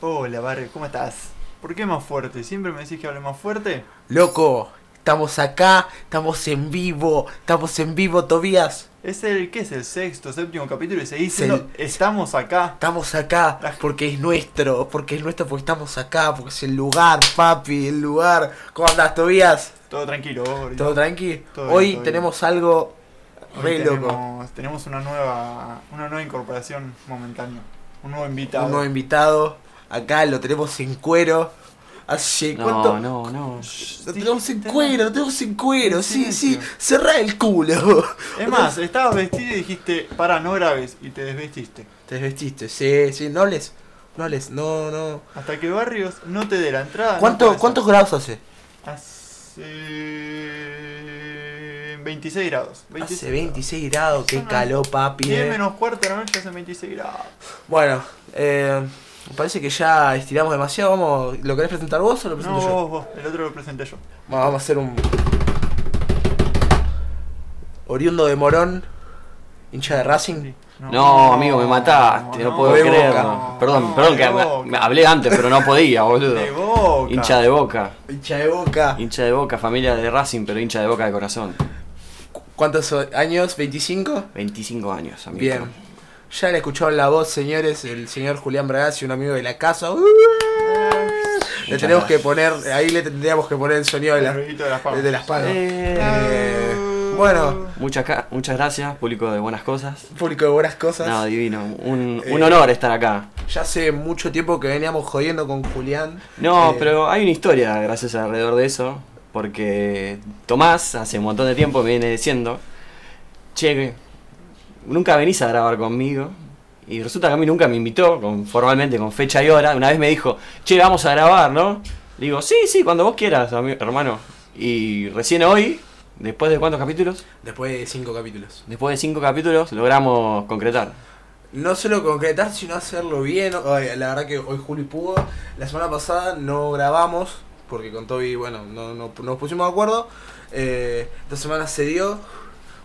Hola, Barry, ¿cómo estás? ¿Por qué más fuerte? ¿Siempre me decís que hable más fuerte? Loco, estamos acá, estamos en vivo, estamos en vivo, Tobías. Es el, ¿qué es el sexto, séptimo capítulo? Y seguís Es el- diciendo, estamos acá. Estamos acá porque es nuestro, porque es nuestro, porque estamos acá, porque es el lugar, papi, el lugar. ¿Cómo andás, Tobías? Todo tranquilo, Boris. ¿Todo tranqui? Todo bien, Hoy todo bien. tenemos algo Hoy re loco. tenemos, tenemos una nueva una nueva incorporación momentánea. Un nuevo invitado. Un nuevo invitado, acá lo tenemos en cuero. Hace cuánto. No, no, no. Lo Sí, tenemos en tenés- cuero, lo tenemos en cuero, En sí, sí, silencio. cerrá el culo. Es más, estabas vestido y dijiste, para, no grabes, y te desvestiste. Te desvestiste, sí, sí, no hables, no hables, no, no. Hasta que Barrios no te dé la entrada. Ah, no ¿Cuánto- puedes ¿Cuántos salir. grados hace? Hace 26 grados. Hace 26 26 grados, qué Son calor, papi. 10 eh. menos cuarto de la noche hacen 26 grados. Bueno, eh, me parece que ya estiramos demasiado. Vamos, ¿Lo querés presentar vos o lo No, presento yo? vos, vos, el otro lo presenté yo. Bueno, vamos a hacer un. Oriundo de Morón, hincha de Racing. Sí. No, amigo, me mataste, no, puedo de creerlo. Boca. Perdón, no, perdón de que me- Boca. me hablé antes, pero no podía, De boludo. boca. Hincha de boca. Hincha de Boca. Hincha de boca, familia de Racing, pero hincha de boca de corazón. ¿Cuántos años? ¿25? 25 años, amigo. Bien. Ya le escucharon la voz, señores, el señor Julián Bragazzi, un amigo de la casa. ¡Uh! Eh. Le Muchas tenemos que gracias. poner, ahí le tendríamos que poner el sonido de El la, ruidito de las palmas. de las palmas. Eh, Eh, bueno, Muchas, ca- muchas gracias, público de buenas cosas. público de buenas cosas. No, divino. Un, Eh. un honor estar acá. Ya hace mucho tiempo que veníamos jodiendo con Julián. No, Eh, pero hay una historia gracias alrededor de eso. Porque Tomás hace un montón de tiempo me viene diciendo, che, nunca venís a grabar conmigo. Y resulta que a mí nunca me invitó, con- formalmente con fecha y hora. Una vez me dijo, che, vamos a grabar, ¿no? Le digo, sí, sí, cuando vos quieras, ami- hermano. Y recién hoy, después de cuántos capítulos, Después de cinco capítulos. después de cinco capítulos, logramos concretar. No solo concretar, sino hacerlo bien. Ay, La verdad que hoy Juli pudo. La semana pasada no grabamos, porque con Toby, bueno, no, no- nos pusimos de acuerdo. Eh, esta semana se dio.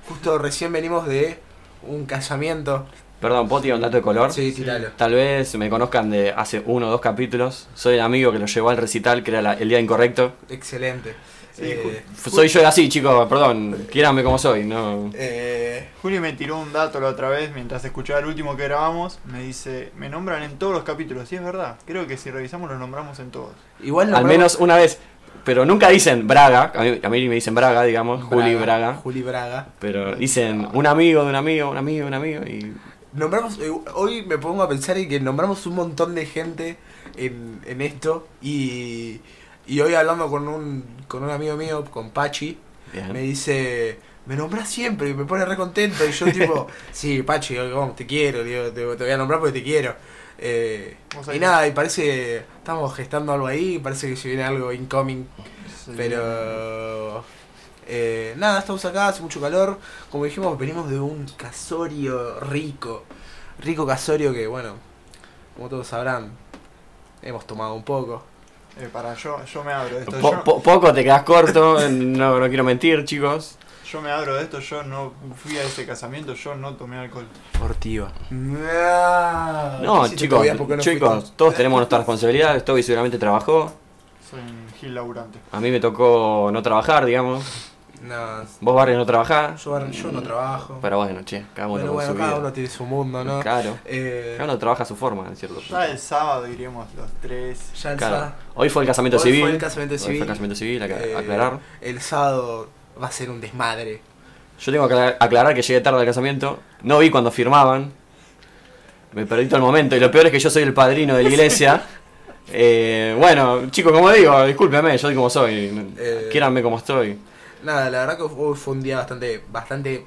Justo recién venimos de un casamiento. Perdón, ¿puedo tirar un dato de color? Sí, tiralo. Tal vez me conozcan de hace uno o dos capítulos. Soy el amigo que lo llevó al recital, que era la- el día incorrecto. Excelente. Sí, Eh, F- Soy yo así, chicos, perdón. Quieranme como soy, no. eh, Juli me tiró un dato la otra vez mientras escuchaba el último que grabamos. Me dice, me nombran en todos los capítulos. Y es verdad, creo que si revisamos los nombramos en todos. igual Al nombramos- menos una vez. Pero nunca dicen Braga. A mí, a mí me dicen Braga, digamos. Juli Braga. Juli Braga. Pero dicen un amigo de un amigo, un amigo, de un amigo. Y Nombramos, eh, hoy me pongo a pensar en que nombramos un montón de gente en, en esto y, y hoy hablando con un, con un amigo mío, con Pachi, Bien. me dice, me nombras siempre y me pone re contento y yo tipo, sí, Pachi, hoy vamos, te quiero, le digo, te, te voy a nombrar porque te quiero. Eh, Vos y sabés- nada, y parece, estamos gestando algo ahí, parece que se viene algo incoming pero eh, nada, estamos acá, hace mucho calor. Como dijimos, venimos de un casorio rico. Rico casorio que, bueno, como todos sabrán, hemos tomado un poco. Eh, para, yo, yo me abro de esto. Po- Yo, po- poco te quedas corto. No, no quiero mentir, chicos. yo me abro de esto. Yo no fui a ese casamiento. Yo no tomé alcohol. Fortiva. Ah, No, chicos, chicos, todos tenemos nuestras responsabilidades. Toby seguramente trabajó. Soy un gil laburante. A mí me tocó no trabajar, digamos. No, Vos, Barrio, no trabajás. yo, yo no trabajo. Pero bueno, che, cada uno Pero con bueno, su cada vida. uno tiene su mundo, ¿no? Claro. Eh, Cada uno trabaja a su forma, en cierto punto. Ya el sábado iremos los tres. ya el Claro. sábado- Hoy fue el casamiento Hoy civil. fue el casamiento Hoy fue civil. el casamiento civil, hay que eh, aclarar. El sábado va a ser un desmadre. Yo tengo que acla- aclarar que llegué tarde al casamiento. No vi cuando firmaban. Me perdí todo el momento. Y lo peor es que yo soy el padrino de la iglesia. Eh, bueno, chicos, como digo, discúlpeme, yo soy como soy. Eh. Quiéranme como estoy. Nada, la verdad que hoy fue un día bastante, bastante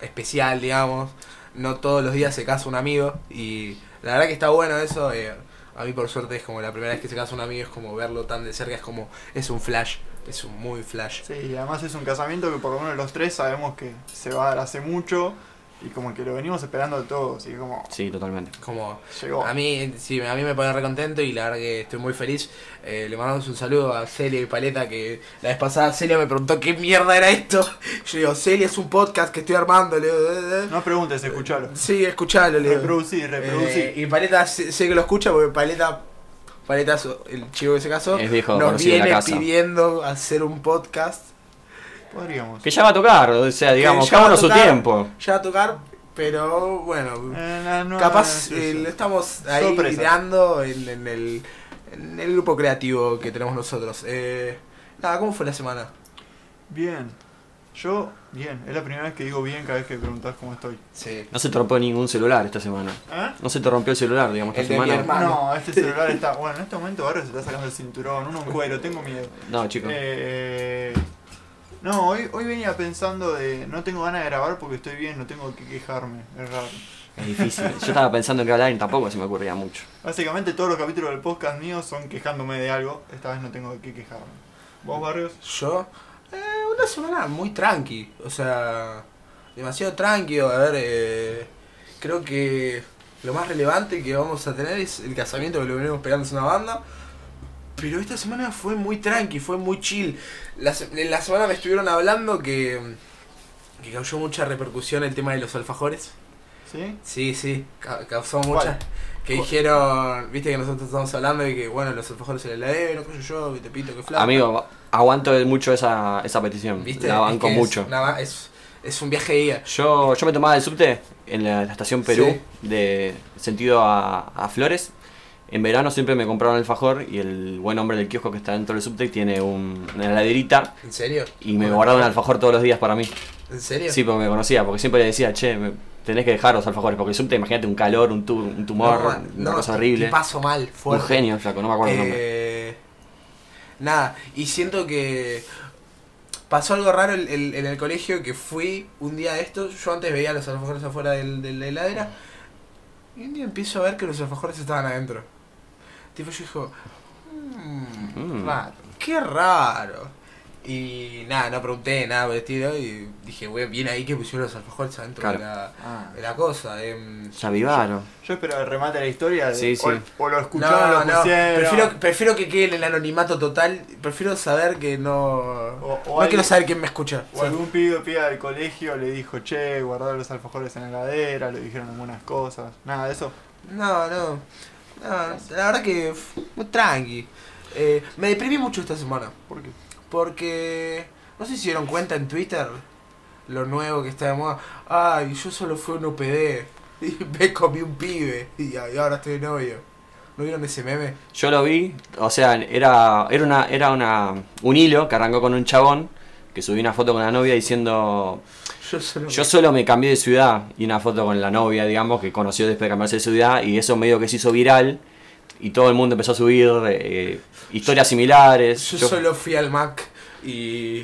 especial, digamos. No todos los días se casa un amigo y la verdad que está bueno eso. eh, a mí por suerte es como la primera vez que se casa un amigo, es como verlo tan de cerca, es como, es un flash, es un muy flash. Sí, y además es un casamiento que por lo menos los tres sabemos que se va a dar hace mucho. Y como que lo venimos esperando todos. Y como, Sí, totalmente. Como, llegó. a mí, sí, a mí me pone re contento y la verdad que estoy muy feliz. Eh, le mandamos un saludo a Celia y Paleta que la vez pasada Celia me preguntó qué mierda era esto. Yo digo, Celia es un podcast que estoy armando, le digo, "Eh, eh". No preguntes, escuchalo. Sí, escuchalo, le digo. Reproducí, reproducí. Eh, y Paleta sé, sé que lo escucha porque Paleta Paletazo, el chico que se casó, Es viejo nos conocido en la viene casa. pidiendo hacer un podcast. Podríamos. Que ya va a tocar, o sea, digamos, ya va a cámonos su tocar. tiempo. Ya va a tocar, pero bueno, Eh, no, no, Capaz no, no, eh, no, lo no. estamos ahí Sorpresa. ideando en, en el, en el grupo creativo que tenemos nosotros. Eh, nada, ¿cómo fue la semana? Bien. Yo, bien. Es la primera vez que digo bien cada vez que preguntas cómo estoy. Sí. No se te rompió ningún celular esta semana. ¿Eh? No se te rompió el celular, digamos, El esta de mi semana. hermano. No, este celular está. Bueno, en este momento Barrio se está sacando el cinturón, uno en cuero, tengo miedo. No, chicos. Eh, no, hoy, hoy venía pensando de. No tengo ganas de grabar porque estoy bien, no tengo que quejarme. Es raro. Es difícil. Yo estaba pensando en qué hablar y tampoco se me ocurría mucho. Básicamente todos los capítulos del podcast mío son quejándome de algo. Esta vez no tengo de qué quejarme. Mm. ¿Vos, Barrios? Yo, eh, una semana muy tranqui, o sea, demasiado tranquilo. A ver, eh, creo que lo más relevante que vamos a tener es el casamiento que lo venimos esperando es una banda. Pero esta semana fue muy tranqui, fue muy chill. La, se- en la semana me estuvieron hablando que, que causó mucha repercusión el tema de los alfajores. ¿Sí? Sí, sí, ca- causó ¿Cuál? mucha. Que ¿Cuál? dijeron, viste que nosotros estamos hablando de que, bueno, los alfajores en el heladero, qué sé yo, que te pito, que flaco. Amigo, aguanto mucho esa, esa petición. ¿Viste? La Es banco que es mucho. una- es, es un viaje de ida. Yo, yo me tomaba el subte en la, la estación Perú, de sentido a, a Flores. En verano siempre me compraron el fajor y el buen hombre del kiosco que está dentro del subte tiene un- una heladerita ¿En serio? y me guardaron el alfajor todos los días para mí. ¿En serio? Sí, porque me conocía, porque siempre le decía, che, me- tenés que dejar los alfajores, porque el subte, imagínate un calor, un, tu- un tumor, una cosa horrible. Paso mal, Un fuerte. genio, flaco, no me acuerdo Ah, el nombre. Eh, nada, y siento que pasó algo raro en, en- en el colegio que fui un día de esto. Yo antes veía los alfajores afuera del- de la heladera y un día empiezo a ver que los alfajores estaban adentro. Tipo, yo digo, "Mm, Mm. raro, qué raro. Y nada, no pregunté nada por el estilo y dije, "Bueno, bien ahí que pusieron los alfajores adentro de, Claro. la, Ah. de la cosa. em. Se avivaron. Yo espero el remate de la historia. de- Sí, sí. O, o lo escucharon, lo pusieron. Prefiero, prefiero que quede en el anonimato total. Prefiero saber que no. O- o no alguien- quiero saber quién me escucha. O algún pibe pida del colegio le dijo, che, guardar los alfajores en la heladera, le dijeron algunas cosas, nada de eso. No, no, no. La verdad que f- muy tranqui. Eh, me deprimí mucho esta semana. ¿Por qué? Porque. No sé si dieron cuenta en Twitter. Lo nuevo que está de moda. Ay, yo solo fui a un UPD. Y me comí un pibe. Y ay, ahora estoy de novio. ¿No vieron ese meme? Yo lo vi, o sea, era, era, una, era una, un hilo que arrancó con un chabón que subió una foto con la novia diciendo Yo solo. yo solo me cambié de ciudad y una foto con la novia, digamos, que conoció después de cambiarse de ciudad y eso medio que se hizo viral y todo el mundo empezó a subir eh, historias similares. yo Yo- solo fui al Mac. Y.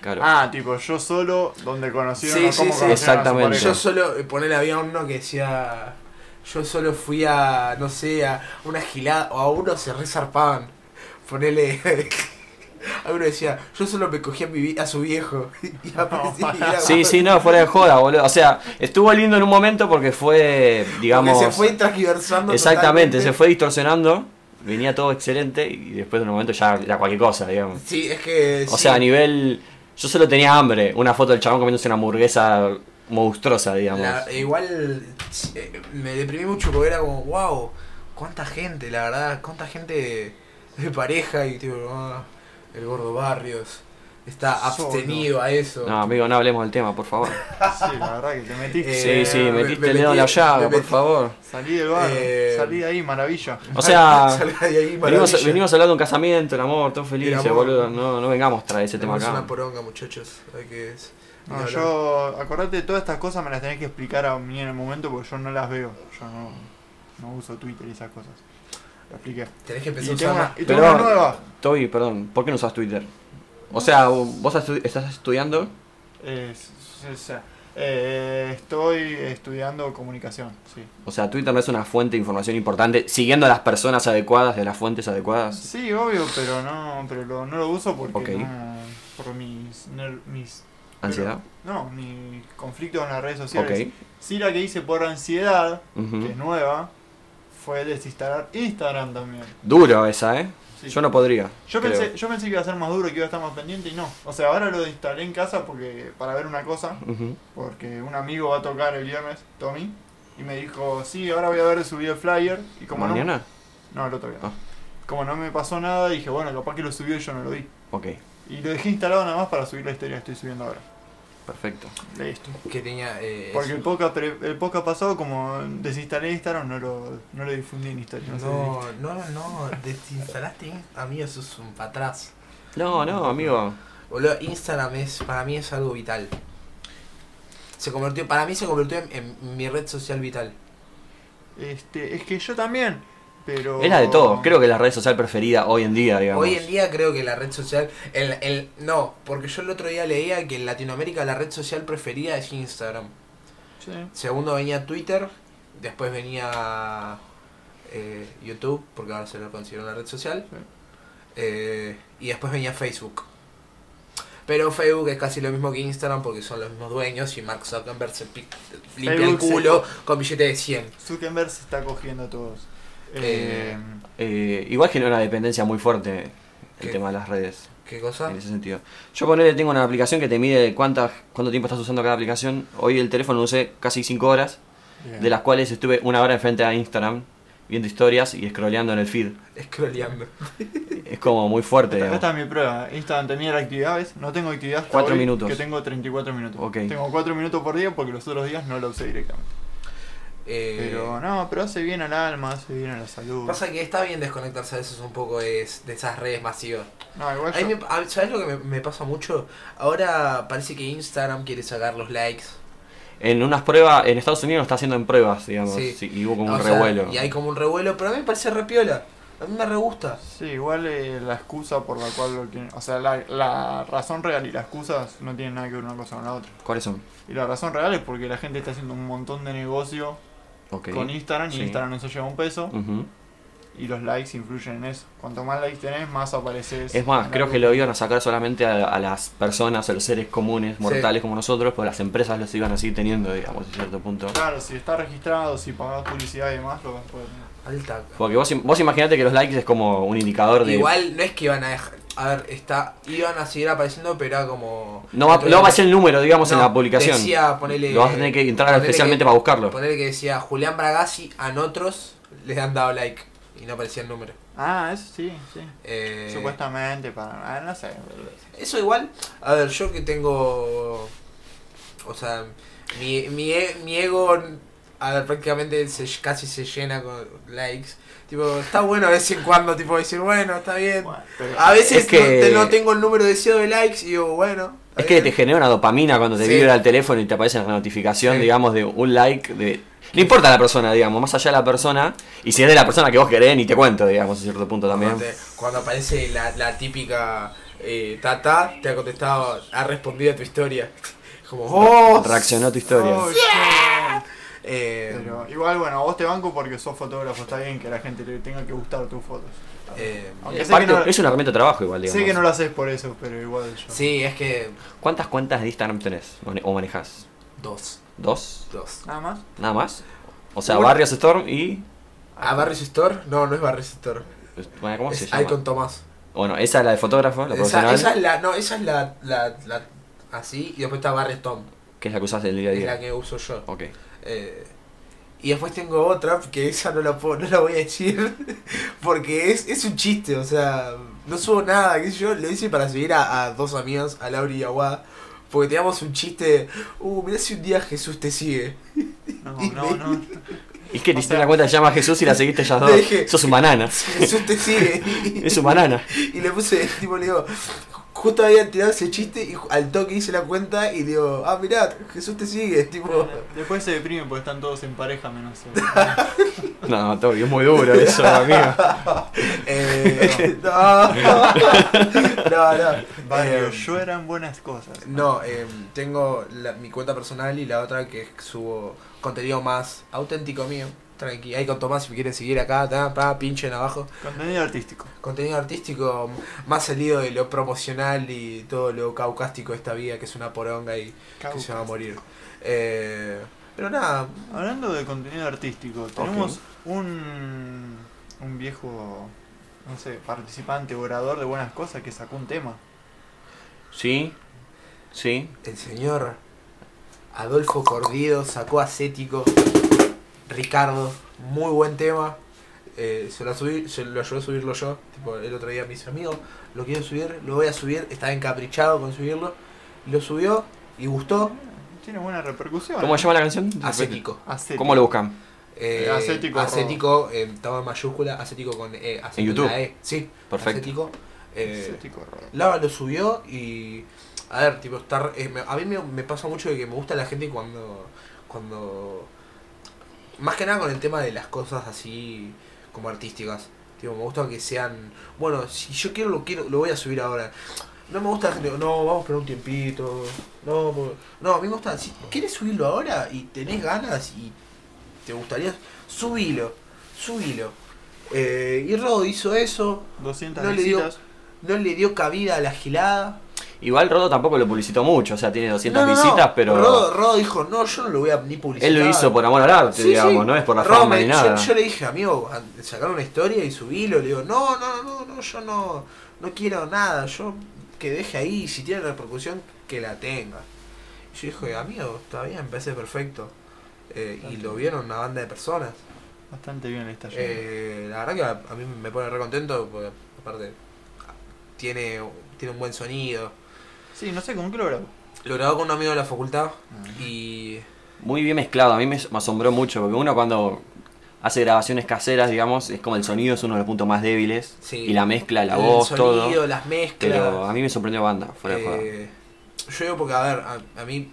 claro. Ah, tipo, yo solo, donde conocieron Sí, o cómo sí, sí. conocieron a su Exactamente. pareja. Yo solo, eh, ponele, había uno que decía, yo solo fui a, no sé, a una gilada, o a uno se resarpaban. Ponele, a uno decía, yo solo me cogí a, mi, vi- a su viejo. Y aparecía, y era- Sí, sí, no, fuera de joda, boludo. O sea, estuvo lindo en un momento porque fue, digamos... Porque se fue transversando. exactamente, totalmente. se fue distorsionando, venía todo excelente y después de un momento ya era cualquier cosa, digamos. Sí, es que. O sí. sea, a nivel. Yo solo tenía hambre. Una foto del chabón comiéndose una hamburguesa monstruosa, digamos. La- e igual eh, me deprimí mucho porque era como, wow, cuánta gente, la verdad, cuánta gente de, de pareja y tipo, ah, el gordo Barrios está Solo. abstenido a eso. No, amigo, no hablemos del tema, por favor. Sí, la verdad que te metiste. Eh, sí, sí, me- metiste me el dedo metí- en la llaga, me por metí- favor. Salí del bar, Eh, salí de ahí, maravilla. O sea, Salga de ahí, maravilla. ah, venimos, venimos hablando de un casamiento, el amor, todo feliz, El amor. boludo. No, no vengamos a traer ese tema Tenemos acá. una poronga, muchachos. Hay que... No, yo, acordate, todas estas cosas me las tenés que explicar a mí en el momento porque yo no las veo. Yo no, no uso Twitter y esas cosas. Lo expliqué. Tenés que Y empezar a tengo usar una, más. y tengo Pero- una nueva. Toby, perdón, ¿por qué no usas Twitter? O sea, vos estu- estás estudiando. Eh, s- s- s- eh, estoy estudiando comunicación, sí. O sea, Twitter no es una fuente de información importante, siguiendo a las personas adecuadas, de las fuentes adecuadas. Sí, obvio, pero no, pero lo- no lo uso porque Ah, no- Ok. por mis, ner- mis Ansiedad. no, mis conflictos en las redes sociales. Ok. Sí, la que hice por ansiedad, Ujú. que es nueva, fue desinstalar Instagram también. Duro esa, ¿eh? Sí. Yo no podría. Yo creo. pensé, yo pensé que iba a ser más duro, que iba a estar más pendiente y no. O sea, ahora lo instalé en casa porque para ver una cosa, Ujú. porque un amigo va a tocar el viernes, Tommy, y me dijo, sí, ahora voy a ver subido el flyer y como no- ¿Mañana? No, el otro día. Ah. como no me pasó nada, dije, bueno, capaz que lo subió y yo no lo vi. Ok, Y lo dejé instalado nada más para subir la historia que estoy subiendo ahora. perfecto. Listo. Que tenía. eh, Porque el podcast, pre- el podcast pasado, como desinstalé Instagram, no lo, no lo difundí en Instagram. no sé No, no, no, desinstalaste Instagram. Amigo, eso es un patrás. No, no, amigo. Boludo, Instagram es, para mí es algo vital. Se convirtió, para mí se convirtió en, en mi red social vital. si- Este, es que yo también, pero... Es la de todos. Creo que es la red social preferida hoy en día, digamos. Hoy en día creo que la red social, el, el, no, porque yo el otro día leía que en Latinoamérica la red social preferida es Instagram. Sí. Segundo venía Twitter, después venía eh, YouTube, porque ahora se lo considera una red social. Sí. Eh, y después venía Facebook. Pero Facebook es casi lo mismo que Instagram porque son los mismos dueños y Mark Zuckerberg se pi- limpia el Facebook se- culo con billete de 100. Zuckerberg se está cogiendo a todos. Eh, Eh, Eh, igual genera una dependencia muy fuerte el ¿Qué? Ah. tema de las redes. ¿Qué cosa? En ese sentido. Yo ponele, tengo una aplicación que te mide cuántas, cuánto tiempo estás usando cada aplicación. Hoy el teléfono lo usé casi 5 horas, bien. de las cuales estuve una hora enfrente a Instagram, viendo historias y scrolleando en el feed. Scrolleando. Es como muy fuerte. Acá digamos. está mi prueba. Instagram tenía actividades. No tengo actividades. hasta Cuatro hoy, minutos. Que tengo 34 minutos. Ok. Tengo 4 minutos por día porque los otros días no la usé directamente. Eh, Pero no, pero hace bien al alma, hace bien a la salud. Pasa que está bien desconectarse a veces un poco de, es- de esas redes masivas. No, igual A mí Pues yo- me- a- ¿Sabes lo que me, me pasa mucho? Ahora parece que Instagram quiere sacar los likes. En unas pruebas, en Estados Unidos lo está haciendo en pruebas, digamos. Sí. sí, y hubo como un O sea, revuelo. y hay como un revuelo, pero a mí me parece repiola. A mí me re gusta. Sí, igual eh, la excusa por la cual lo quieren- O sea, la, la razón real y las excusas no tienen nada que ver una cosa con la otra. ¿Cuáles son? Y la razón real es porque la gente está haciendo un montón de negocio Ok. con Instagram y Sí. Instagram no se lleva un peso. Ujú. Y los likes influyen en eso. Cuanto más likes tenés, más apareces. Es más, en creo la- que lo iban a sacar solamente a, a las personas, a los seres comunes, mortales como nosotros, pero las empresas los iban a seguir teniendo, digamos, en cierto punto. Claro, si está registrado, si pagás publicidad y demás, lo vas a poder tener. Alta. Porque vos, im- vos imaginate que los likes es como un indicador de... Igual no es que iban a dejar. A ver, está, iban a seguir apareciendo, pero era como. no va, no va a ser el número, digamos, en No, la publicación. decía, ponele- lo vas a tener que entrar ponele especialmente que- para buscarlo. Ponerle que decía Julián Bragazzi, a otros les han dado like. Y no aparecía el número. Ah, eso sí, sí. Eh, Supuestamente para... Ah, no sé. boludo. Eso igual. A ver, yo que tengo. O sea, mi, mi, e- mi ego. A ver, prácticamente se, casi se llena con likes. Tipo, está bueno de vez en cuando, tipo, decir, bueno, está bien. Bueno, pero- A veces Es que- no, te- no tengo el número deseado de likes y digo, bueno. Es que te genera una dopamina cuando te Sí. vibra el teléfono y te aparece la notificación, Sí. digamos, de un like. de No importa la persona, digamos, más allá de la persona. Y si es de la persona que vos querés, ni te cuento, digamos, a cierto punto también. cuando, te- cuando aparece la, la típica eh, Tata, te ha contestado, ha respondido a tu historia. Como, ¡oh! Reaccionó tu historia. Oh, yeah. Eh, Pero igual, bueno, a vos te banco porque sos fotógrafo, está bien que a la gente le tenga que gustar tus fotos. eh, Aunque sé que, Parte- no, Es una herramienta de trabajo igual, digamos. sé que no lo haces por eso, pero igual yo. sí, es que. ¿Cuántas cuentas de Instagram tenés mane- o manejas? Dos. ¿Dos? Dos. Nada más. ¿Nada más? O sea, Una. Barrios Storm y... ¿A Barris Store? No, no es Barris Store. bueno, ¿Cómo se Es llama? Icon Tomás. Bueno, esa es la de fotógrafo, la Esa, profesional, esa es la. No, esa es la. la, la- así, y después está Barris Tom. que es la que usás el día a Es la día. que uso yo. Ok. Eh, y después tengo otra, que esa no la, puedo- no la voy a decir, porque es, es un chiste, o sea, no subo nada, qué sé yo, lo hice para subir a, a dos amigos, a Laura y a Wada, porque teníamos un chiste, uh, mirá si un día Jesús te sigue. No, no, no. Y es que O te hiciste sea- una cuenta que se llama Jesús y la seguiste ellas Le dos. dije- Sos un banana. Jesús te sigue. Es un banana. Y le puse, tipo, le digo, justo había tirado ese chiste y al toque hice la cuenta y digo, ah, mirá, Jesús te sigue, tipo... Después se deprimen porque están todos en pareja menos él. No, Toby, es muy duro eso, amigo. Eh, no, no, no. Barrio, Eh, yo eran buenas cosas. No, eh, tengo la- mi cuenta personal y la otra que subo contenido más auténtico mío. Tranqui, ahí con Tomás si me quieren seguir acá, ta, pa, pinchen abajo. Contenido artístico. Contenido artístico más salido de lo promocional y todo lo caucástico de esta vida que es una poronga y que se va a morir. Eh, pero nada, Hablando de contenido artístico, tenemos un, un viejo, no sé, participante, orador de buenas cosas que sacó un tema. Sí, sí. el señor Adolfo Cordido sacó acético. Ricardo, muy buen tema. eh, se, lo subí, se lo ayudé a subirlo yo. Tipo, el otro día me dice, amigo, lo quiero subir, lo voy a subir. Estaba encaprichado con subirlo. Lo subió y gustó. Tiene buena repercusión. ¿eh? ¿Cómo se llama la canción? Acético. Acético. ¿Cómo lo buscan? Eh, Acético. Acético, eh, todo en mayúscula, acético con E. acético YouTube. con la E. Sí, Perfecto. acético. Eh, Acético Rock. Lava lo subió y. A ver, tipo, estar. eh, me- a mí me, me pasa mucho de que me gusta la gente cuando. cuando. Más que nada con el tema de las cosas así. como artísticas. Tipo, me gusta que sean. Bueno, si yo quiero lo quiero, lo voy a subir ahora. No me gusta la gente, no, vamos a esperar un tiempito. No, porque- no, a mí me gusta. Si quieres subirlo ahora y tenés ganas y te gustaría, subilo, subilo. Eh, y Rodo hizo eso, 200 No le digo- visitas. no le dio cabida a la gilada. Igual Rodo tampoco lo publicitó mucho, o sea, tiene 200 No, no, no. visitas, pero Rodo, Rodo dijo, no, yo no lo voy a ni publicitar. él lo hizo por amor al arte, Sí, digamos, sí. no es por la Rodo fama me- ni nada. Yo, yo le dije, amigo, a- sacar una historia y subilo. Le digo, no, no, no, no, yo no, no quiero nada. Yo que deje ahí, si tiene repercusión, que la tenga. Y yo dije, amigo, está bien, me parece perfecto. Eh, y lo vieron una banda de personas. Bastante bien le está yendo. Eh, la verdad que a, a mí me pone re contento porque, aparte, tiene, tiene un buen sonido. Sí, no sé con qué lo grabo. Lo grabó con un amigo de la facultad Mm. Ah. y Muy bien mezclado, a mí me, me asombró mucho, porque uno cuando hace grabaciones caseras, digamos, es como el sonido es uno de los puntos más débiles. Sí. Y la mezcla, la el voz, sonido, todo. las mezclas. Pero a mí me sorprendió banda, fuera de joda. Eh, yo digo porque, a ver, a, a mí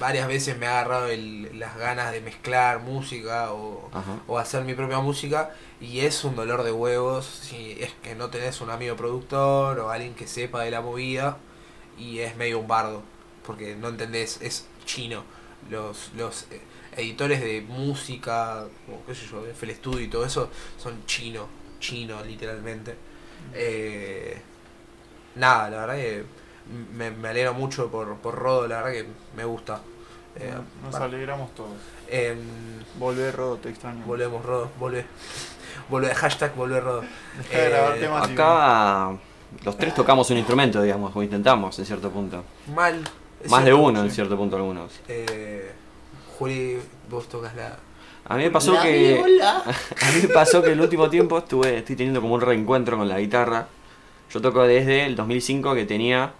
varias veces me ha agarrado el- las ganas de mezclar música o, Ajá. o hacer mi propia música y es un dolor de huevos si es que no tenés un amigo productor o alguien que sepa de la movida y es medio un bardo porque no entendés, es chino. Los, los eh, editores de música, o qué sé yo, de FL Studio y todo eso, son chino, chino literalmente. Eh, nada, la verdad que me, me alegro mucho por, por Rodo, la verdad que me gusta. Eh, Nos va. alegramos todos. Em, Volver, Rodo, te extraño. Volvemos, Rodo, volvé. Volvé, hashtag volvé, Rodo. Dejá de grabar Eh, temas y- Acá los tres tocamos un instrumento, digamos, o intentamos en cierto punto. Mal. es Más de cierto. uno en sí. cierto punto algunos. Eh, Juli, vos tocas la... A mí me pasó La que... viola. A mí me pasó que el último tiempo estuve, estoy teniendo como un reencuentro con la guitarra. Yo toco desde el 2005 que tenía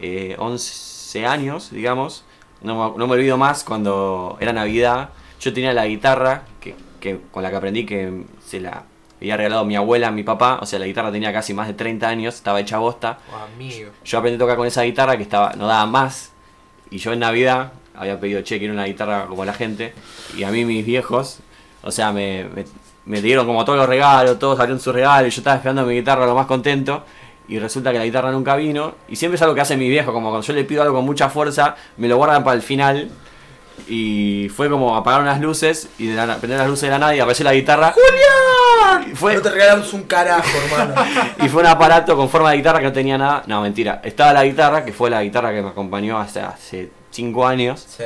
eh, 11 años, digamos. No, me- no me olvido más cuando era Navidad. Yo tenía la guitarra que, que- con la que aprendí que se la había regalado mi abuela a mi papá. O sea, la guitarra tenía casi más de 30 años, estaba hecha bosta. Oh, amigo. Yo aprendí a tocar con esa guitarra que estaba no daba más. Y yo en Navidad había pedido, che, quiero una guitarra como la gente. Y a mí mis viejos, o sea, me, me, me dieron como todos los regalos, todos abrieron sus regalos. Y yo estaba esperando mi guitarra lo más contento. Y resulta que la guitarra nunca vino. Y siempre es algo que hace mi viejo, como cuando yo le pido algo con mucha fuerza, me lo guardan para el final. Y fue como apagaron las luces y de la, prendieron las luces de la nada y apareció la guitarra. ¡Julián! Fue, No te regalamos un carajo, hermano. y fue un aparato con forma de guitarra que no tenía nada. No, mentira. Estaba la guitarra, que fue la guitarra que me acompañó hasta hace 5 años, sí.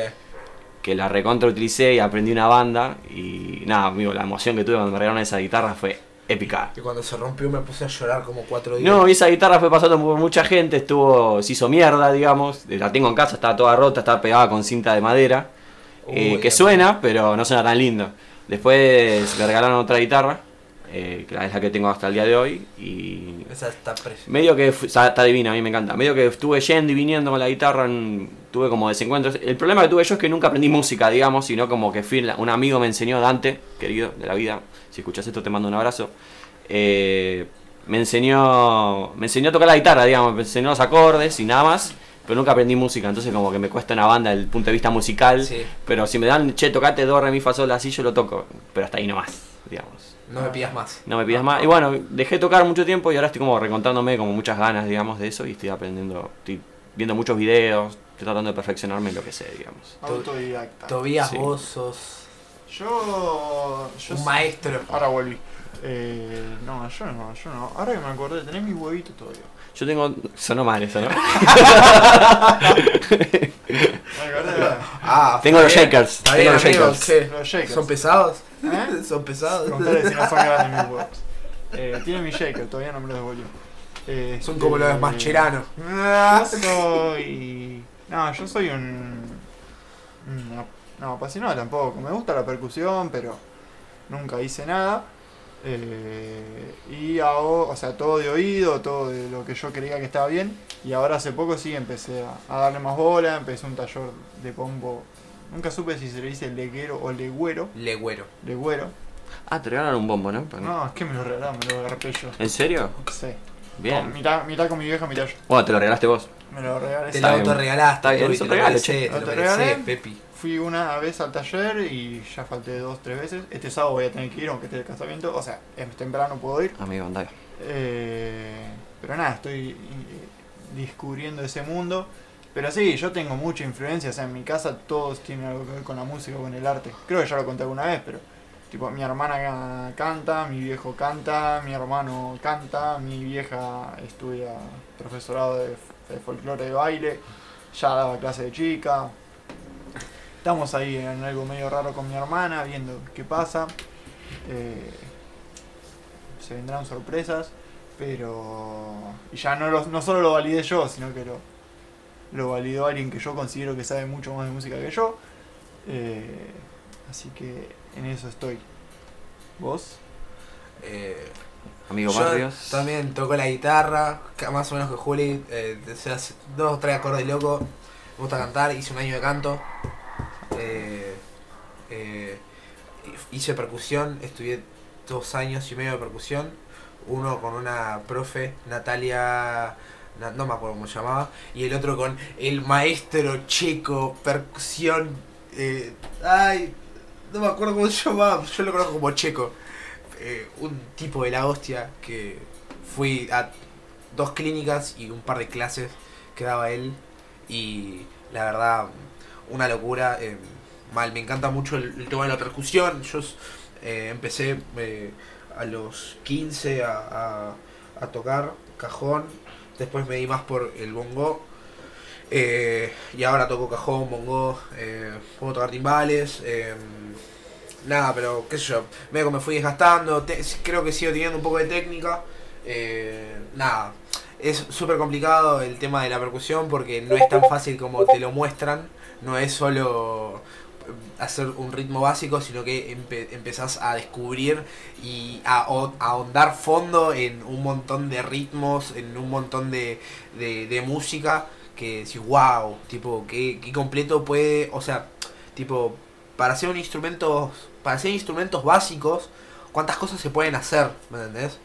que la recontra utilicé y aprendí una banda. Y nada, amigo, la emoción que tuve cuando me regalaron esa guitarra fue épica. Y cuando se rompió me puse a llorar como cuatro días. No, y esa guitarra fue pasando por mucha gente, estuvo, se hizo mierda, digamos. La tengo en casa, estaba toda rota, estaba pegada con cinta de madera. eh, Uy, que amigo. suena, pero no suena tan lindo. Después me regalaron otra guitarra, eh, que es la que tengo hasta el día de hoy. Y Esa está preciosa. Medio que fu- está, está divina, a mí me encanta. Medio que estuve yendo y viniendo con la guitarra, en- tuve como desencuentros. El problema que tuve yo es que nunca aprendí música, digamos, sino como que fui, la- un amigo me enseñó, Dante, querido de la vida, si escuchas esto te mando un abrazo. Eh, me enseñó me enseñó a tocar la guitarra, digamos, me enseñó los acordes y nada más, pero nunca aprendí música, entonces como que me cuesta una banda desde el punto de vista musical, Sí. pero si me dan, che, tocate do, re, mi, fa, sol, así, yo lo toco, pero hasta ahí nomás, digamos. No me pidas más. No me pidas más. Y bueno, dejé tocar mucho tiempo y ahora estoy como recontándome como muchas ganas, digamos, de eso y estoy aprendiendo, estoy viendo muchos videos, estoy tratando de perfeccionarme en lo que sé, digamos. Autodidacta. Tobías, Sí. vos sos Yo. yo un sí- maestro. Ahora volví. Eh, no, yo no, yo no. Ahora que me acordé, tenés mis huevitos todavía. Yo tengo... Sonó mal eso, ¿no? Me acordé. Ah, tengo los está bien. shakers. Está Tengo bien, los amigo, shakers. che. Los shakers. ¿Son pesados? ¿Eh? Son pesados. Preguntale si no son grandes mis huevos. Eh, tiene mi shaker, todavía no me los devolvió. Eh, Son como los de eh, Mascherano. Yo soy. No, yo soy un. un ap- No, apasionado tampoco. Me gusta la percusión, pero nunca hice nada. Eh, y hago, o sea, todo de oído, todo de lo que yo creía que estaba bien. Y ahora hace poco sí empecé a, a darle más bola, empecé un taller de pombo. Nunca supe si se le dice leguero o legüero. Legüero. Legüero. Ah, te regalaron un bombo, ¿no? Para- No, es que me lo regalaron, me lo agarré yo. ¿En serio? Sí. No, Bien. mitad, mitad con mi vieja, mitad yo. Bueno, te lo regalaste vos. Me lo regalé. Te sí. lo Está bien. autorregalaste. Está bien, Toby, es un te lo regalo, mereces, che. Te lo Te regalé. mereces, Pepi. Fui una vez al taller y ya falté dos, tres veces. Este sábado voy a tener que ir, aunque esté de casamiento. O sea, es temprano puedo ir. Amigo, andá. Eh, pero nada, estoy eh, descubriendo ese mundo. Pero sí, yo tengo mucha influencia. O sea, en mi casa todos tienen algo que ver con la música, con el arte. Creo que ya lo conté alguna vez, pero. Tipo, mi hermana ca- canta, mi viejo canta, mi hermano canta, mi vieja estudia profesorado de, f- de folclore de baile, ya daba clase de chica. Estamos ahí en algo medio raro con mi hermana, viendo qué pasa. Eh, se vendrán sorpresas, pero... Y ya no, los- no solo lo validé yo, sino que lo, lo validó alguien que yo considero que sabe mucho más de música que yo. Eh, así que en eso estoy. ¿Vos? Eh, Amigo yo Barrios. también toco la guitarra, ca- más o menos que Juli. Eh, o sea, hace dos o tres acordes loco. Me gusta cantar, hice un año de canto. Eh, eh, hice percusión, estudié dos años y medio de percusión. Uno con una profe, Natalia. na- No me acuerdo cómo se llamaba. Y el otro con el maestro checo, percusión. eh, ay, no me acuerdo cómo se llamaba. Yo lo conozco como checo. Eh, un tipo de la hostia que fui a dos clínicas y un par de clases que daba él. Y la verdad, una locura. eh, mal, me encanta mucho el, el tema de la percusión. Yo eh, empecé eh, a los 15 a, a- a tocar cajón. Después me di más por el bongo. eh, y ahora toco cajón, bongo, eh, puedo tocar timbales. em, Nada, pero qué sé yo, medio que me fui desgastando, te- creo que sigo teniendo un poco de técnica. eh, nada, es súper complicado el tema de la percusión porque no es tan fácil como te lo muestran, no es solo eh, hacer un ritmo básico, sino que empe- empezás a descubrir y a, o- a ahondar fondo en un montón de ritmos, en un montón de, de- de música, que decís, wow, tipo, qué, qué completo puede, o sea, tipo, para hacer un instrumento, para hacer instrumentos básicos, cuántas cosas se pueden hacer, ¿me entendés?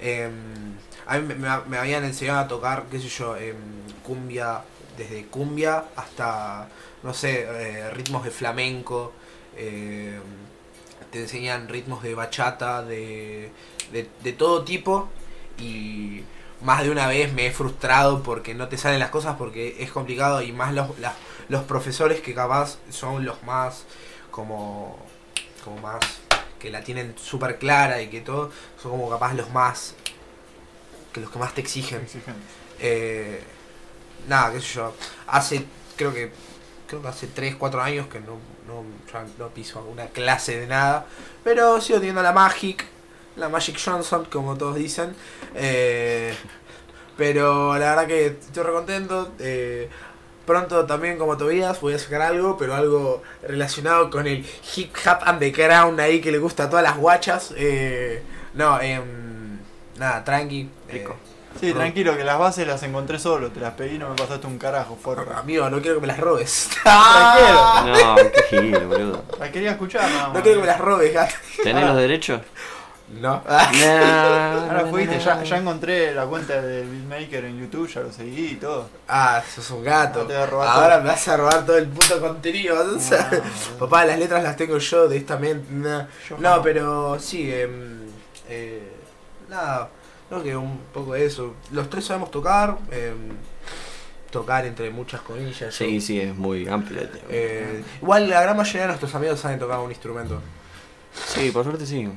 Em, a mí me, me- me habían enseñado a tocar, qué sé yo, em, cumbia, desde cumbia hasta, no sé, eh, ritmos de flamenco, em, te enseñan ritmos de bachata, de, de, de todo tipo, y más de una vez me he frustrado porque no te salen las cosas, porque es complicado, y más los, las- los profesores que capaz son los más, como, como más, que la tienen súper clara y que todo, son como capaz los más que los que más te exigen Exigente. eh, nada qué sé yo hace creo que creo que hace 3, 4 años que no no, ya no piso una clase de nada pero sigo teniendo la magic la magic johnson como todos dicen eh, pero la verdad que estoy recontento eh, Pronto también, como Tobías, voy a sacar algo, pero algo relacionado con el hip hop and the crown ahí que le gusta a todas las guachas. Eh, no, em, nada, tranqui. eh, Rico. Sí, tranquilo, que las bases las encontré solo, te las pedí no me pasaste un carajo, forra. Ah, Amigo, no quiero que me las robes. Tranquilo. No, qué gil, boludo. La quería escuchar, nada más. Ah. No quiero que me las robes, gato. ¿Tenés los derechos? No. Nah, Ahora fuiste, nah, ya, nah. ya encontré la cuenta del beatmaker en YouTube, ya lo seguí y todo. Ah, sos un gato. No te voy a robar Ahora todo. me vas a robar todo el puto contenido. o sea. No, Papá, las letras las tengo yo de esta mente. nah. yo No, pero sí, em, eh, nada, creo que un poco de eso. Los tres sabemos tocar, em, tocar entre muchas comillas. Sí, sí, es muy amplio. el tema. Eh, igual la gran mayoría de nuestros amigos saben tocar un instrumento. Sí, por suerte sí.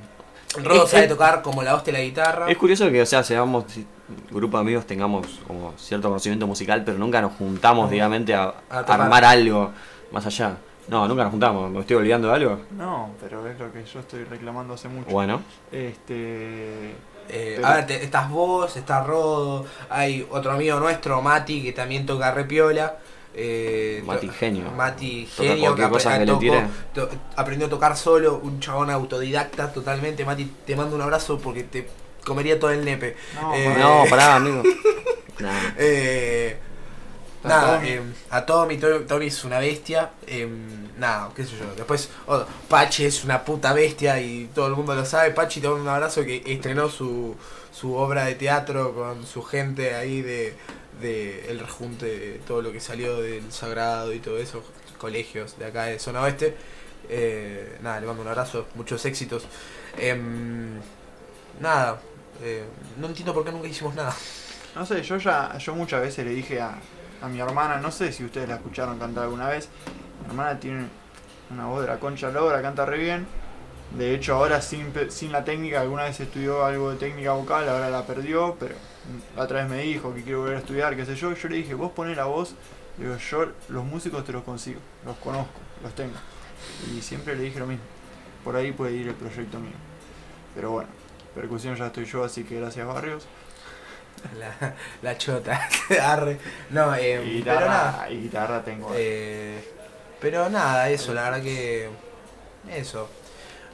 Rodo Es- sabe es- tocar como la hostia y la guitarra. Eh, Es curioso que, o sea, seamos si- grupo de amigos, tengamos como cierto conocimiento musical, pero nunca nos juntamos, Ajá. digamente, a, A a tocar. armar algo más allá. No, nunca nos juntamos. ¿Me estoy olvidando de algo? No, pero es lo que yo estoy reclamando hace mucho. Bueno, Este. Eh, Pero- A ver, te- estás vos, está Rodo, hay otro amigo nuestro, Mati, que también toca repiola. Eh, Mati to- genio. Mati Toca Genio, que, cualquier cosa apre- ah, que le tocó- tire. to- aprendió a tocar solo, un chabón autodidacta totalmente. Mati, te mando un abrazo porque te comería todo el nepe. No, Eh, pará. No, pará, amigo. Nah. Eh, A nada, Tommy. eh, a Tommy, To- Tommy es una bestia. eh, nada, qué sé yo. Después, oh, Pachi es una puta bestia y todo el mundo lo sabe. Pachi, te mando un abrazo que estrenó su, su obra de teatro con su gente ahí de, de el rejunte, de todo lo que salió del Sagrado y todo eso, colegios de acá de Zona Oeste. Eh, nada, le mando un abrazo, muchos éxitos. Em, nada, eh, no entiendo por qué nunca hicimos nada. No sé, yo ya, yo muchas veces le dije a, a mi hermana, no sé si ustedes la escucharon cantar alguna vez, mi hermana tiene una voz de la concha logra, canta re bien, de hecho ahora sin, pe- sin la técnica, alguna vez estudió algo de técnica vocal, ahora la perdió, pero mm, la otra vez me dijo que quiero volver a estudiar, qué sé yo, yo le dije, vos poné la voz, le digo, yo los músicos te los consigo, los conozco, los tengo, y siempre le dije lo mismo, por ahí puede ir el proyecto mío, pero bueno, percusión ya estoy yo, así que gracias Barrios. La, la chota, arre. No, eh, Y pero nada. guitarra, y guitarra tengo. eh, pero nada, eso, la verdad que. Eso.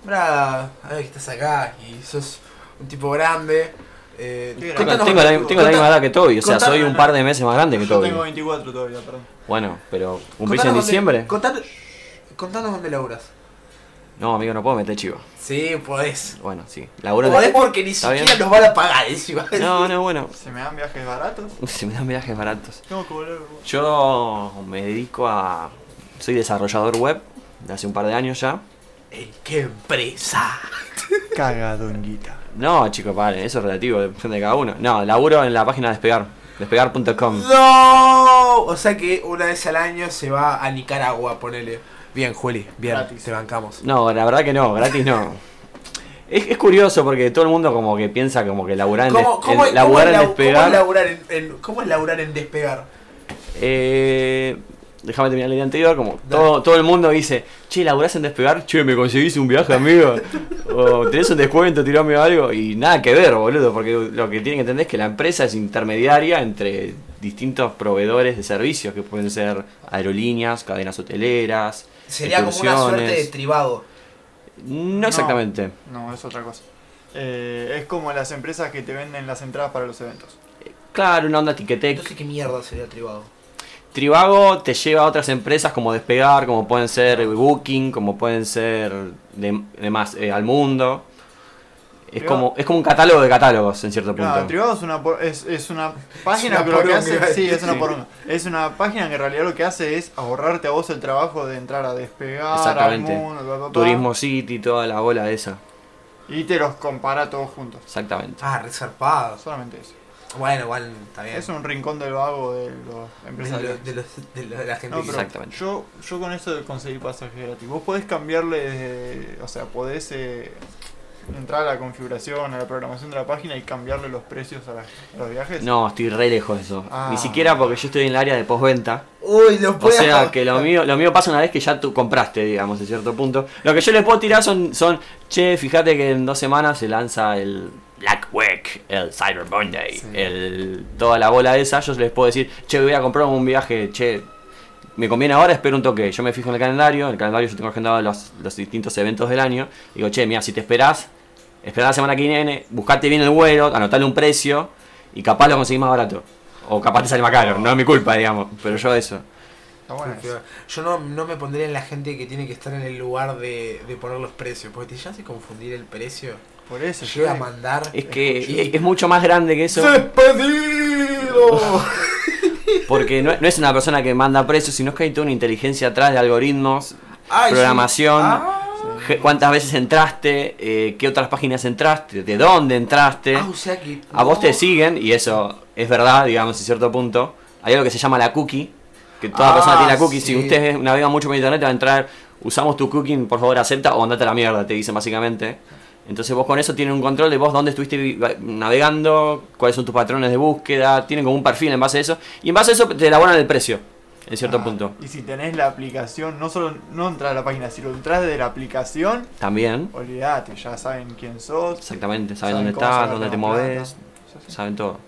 Braga, a ver que estás acá y sos un tipo grande. Eh, Estoy grande. Tengo, contanos- tengo la, tengo la misma edad que Toby, o sea, contá- soy un par de meses más grande que Yo tengo Toby. 24 todavía, perdón. Bueno, pero contanos ¿cumplís en dónde- diciembre? contanos- Contanos dónde laburas. No, amigo, no puedo meter chivo. Sí, podés. Bueno, sí. Laburo Podés de... porque ni ¿Está siquiera bien? nos van a pagar encima. No, no, bueno. ¿Se me dan viajes baratos? Se me dan viajes baratos. Tengo que volver. Yo me dedico a... Soy desarrollador web, de hace un par de años ya. ¿En qué empresa? Caga, donguita. No, chico, vale, eso es relativo, depende de cada uno. No, laburo en la página Despegar, despegar.com. ¡No! O sea que una vez al año se va a Nicaragua, ponele. Bien, Juli, bien, Gratis. te bancamos. No, la verdad que no, gratis no. Es, es curioso porque todo el mundo como que piensa como que laburar en, ¿Cómo, des- cómo- en- laburar en cómo es lau- Despegar... cómo es laburar en, en- cómo es laburar en despegar? Eh, déjame terminar la idea anterior, como todo, todo el mundo dice, che, laburás en despegar, che, me conseguís un viaje, amigo. o tenés un descuento, tirame algo. Y nada que ver, boludo, porque lo que tienen que entender es que la empresa es intermediaria entre distintos proveedores de servicios, que pueden ser aerolíneas, cadenas hoteleras. Sería como una suerte de excursiones. tribado. No exactamente. No, es otra cosa. Eh, es como las empresas que te venden las entradas para los eventos. Claro, una onda tiquetec. Entonces, ¿qué mierda sería tribado? Trivago te lleva a otras empresas como Despegar, como pueden ser Booking, como pueden ser de- demás, eh, Al Mundo. Es Trivago- como, es como un catálogo de catálogos en cierto punto. Claro, Trivago es una, por- es, es una página una que lo que poronga, iba a hace. Sí, es una decir. poronga. Es una página que en realidad lo que hace es ahorrarte a vos el trabajo de entrar a despegar, Exactamente. al mundo, bla, bla, bla, Turismo City, toda la bola esa. Y te los compara todos juntos. Exactamente. Ah, resarpado. Solamente eso. Bueno, igual, está bien. Es un rincón del vago de los de, lo- empresarios. de los- de lo- de la gente No, que- pero Exactamente. Yo, yo con esto de conseguir pasaje gratis, vos podés cambiarle, desde- o sea, podés eh, entrar a la configuración, a la programación de la página y cambiarle los precios a, la- a los viajes. No, estoy re lejos de eso. Ah. Ni siquiera porque yo estoy en el área de postventa. Uy, lo O puedo. sea, que lo mío, lo mío pasa una vez que ya tú compraste, digamos, en cierto punto. Lo que yo le puedo tirar son, son che, fíjate que en dos semanas se lanza el Black Week, el Cyber Monday, Sí. el, toda la bola esa. Yo les puedo decir, che, voy a comprar un viaje, che, me conviene ahora, espero un toque. Yo me fijo en el calendario, en el calendario yo tengo agendado los, los distintos eventos del año. Digo, che, mira, si te esperás, esperá la semana que viene, buscate bien el vuelo, anotale un precio y capaz lo conseguís más barato. O capaz te sale más caro, no es mi culpa, digamos, pero yo eso. Está bueno eso. Yo no, no me pondría en la gente que tiene que estar en el lugar de, de poner los precios, porque te llegas a confundir el precio. Por eso, Se yo llega a digo, mandar. Es que es, es mucho más grande que eso, ¡Despedido! porque no, no es una persona que manda precios, sino que hay toda una inteligencia atrás de algoritmos, Ay, sí. Programación. Ah. je- cuántas veces entraste, eh, qué otras páginas entraste, de dónde entraste. Ah, o sea que. A vos te no. siguen, y eso es verdad, digamos, en cierto punto. Hay algo que se llama la cookie, que toda Ah, persona tiene la cookie. Si sí. usted navega mucho por internet, te va a entrar, usamos tu cookie, por favor acepta o andate a la mierda, te dicen básicamente. Entonces vos con eso tienen un control de vos dónde estuviste vi- navegando, cuáles son tus patrones de búsqueda, tienen como un perfil en base a eso. Y en base a eso te elaboran el precio, en cierto ah, punto. Y si tenés la aplicación, no solo no entras a la página, si lo entras de la aplicación, También, olvidate, ya saben quién sos, exactamente, saben, dónde cómo estás, sacar dónde te más plata. moves, Sí, sí. saben todo.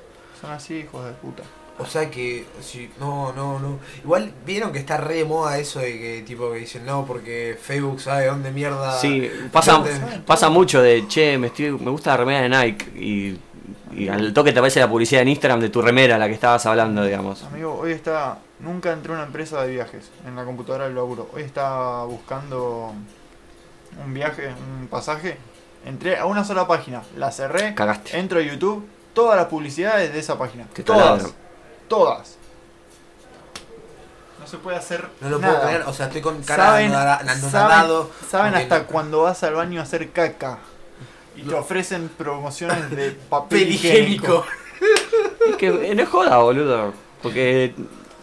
Son así, hijos de puta. O sea que, si, no, no, no. Igual vieron que está re de moda eso de que tipo que dicen no porque Facebook sabe dónde mierda. Sí, pasa, dónde- pasa mucho de, che, me, estoy, me gusta la remera de Nike y, y al toque te aparece la publicidad en Instagram de tu remera, la que estabas hablando, digamos. Amigo, hoy está. Nunca entré a una empresa de viajes en la computadora del laburo. Hoy estaba buscando un viaje, un pasaje. Entré a una sola página, la cerré, Cagaste. entro a YouTube, todas las publicidades de esa página. Qué todas, taladro. todas. No se puede hacer No lo nada. puedo creer, o sea, estoy con cara Saben, de anonada- anonadado. saben, saben porque- hasta cuando vas al baño a hacer caca. Y te Lo- ofrecen promociones de papel Papel higiénico. Es que eh, no es joda, boludo. Porque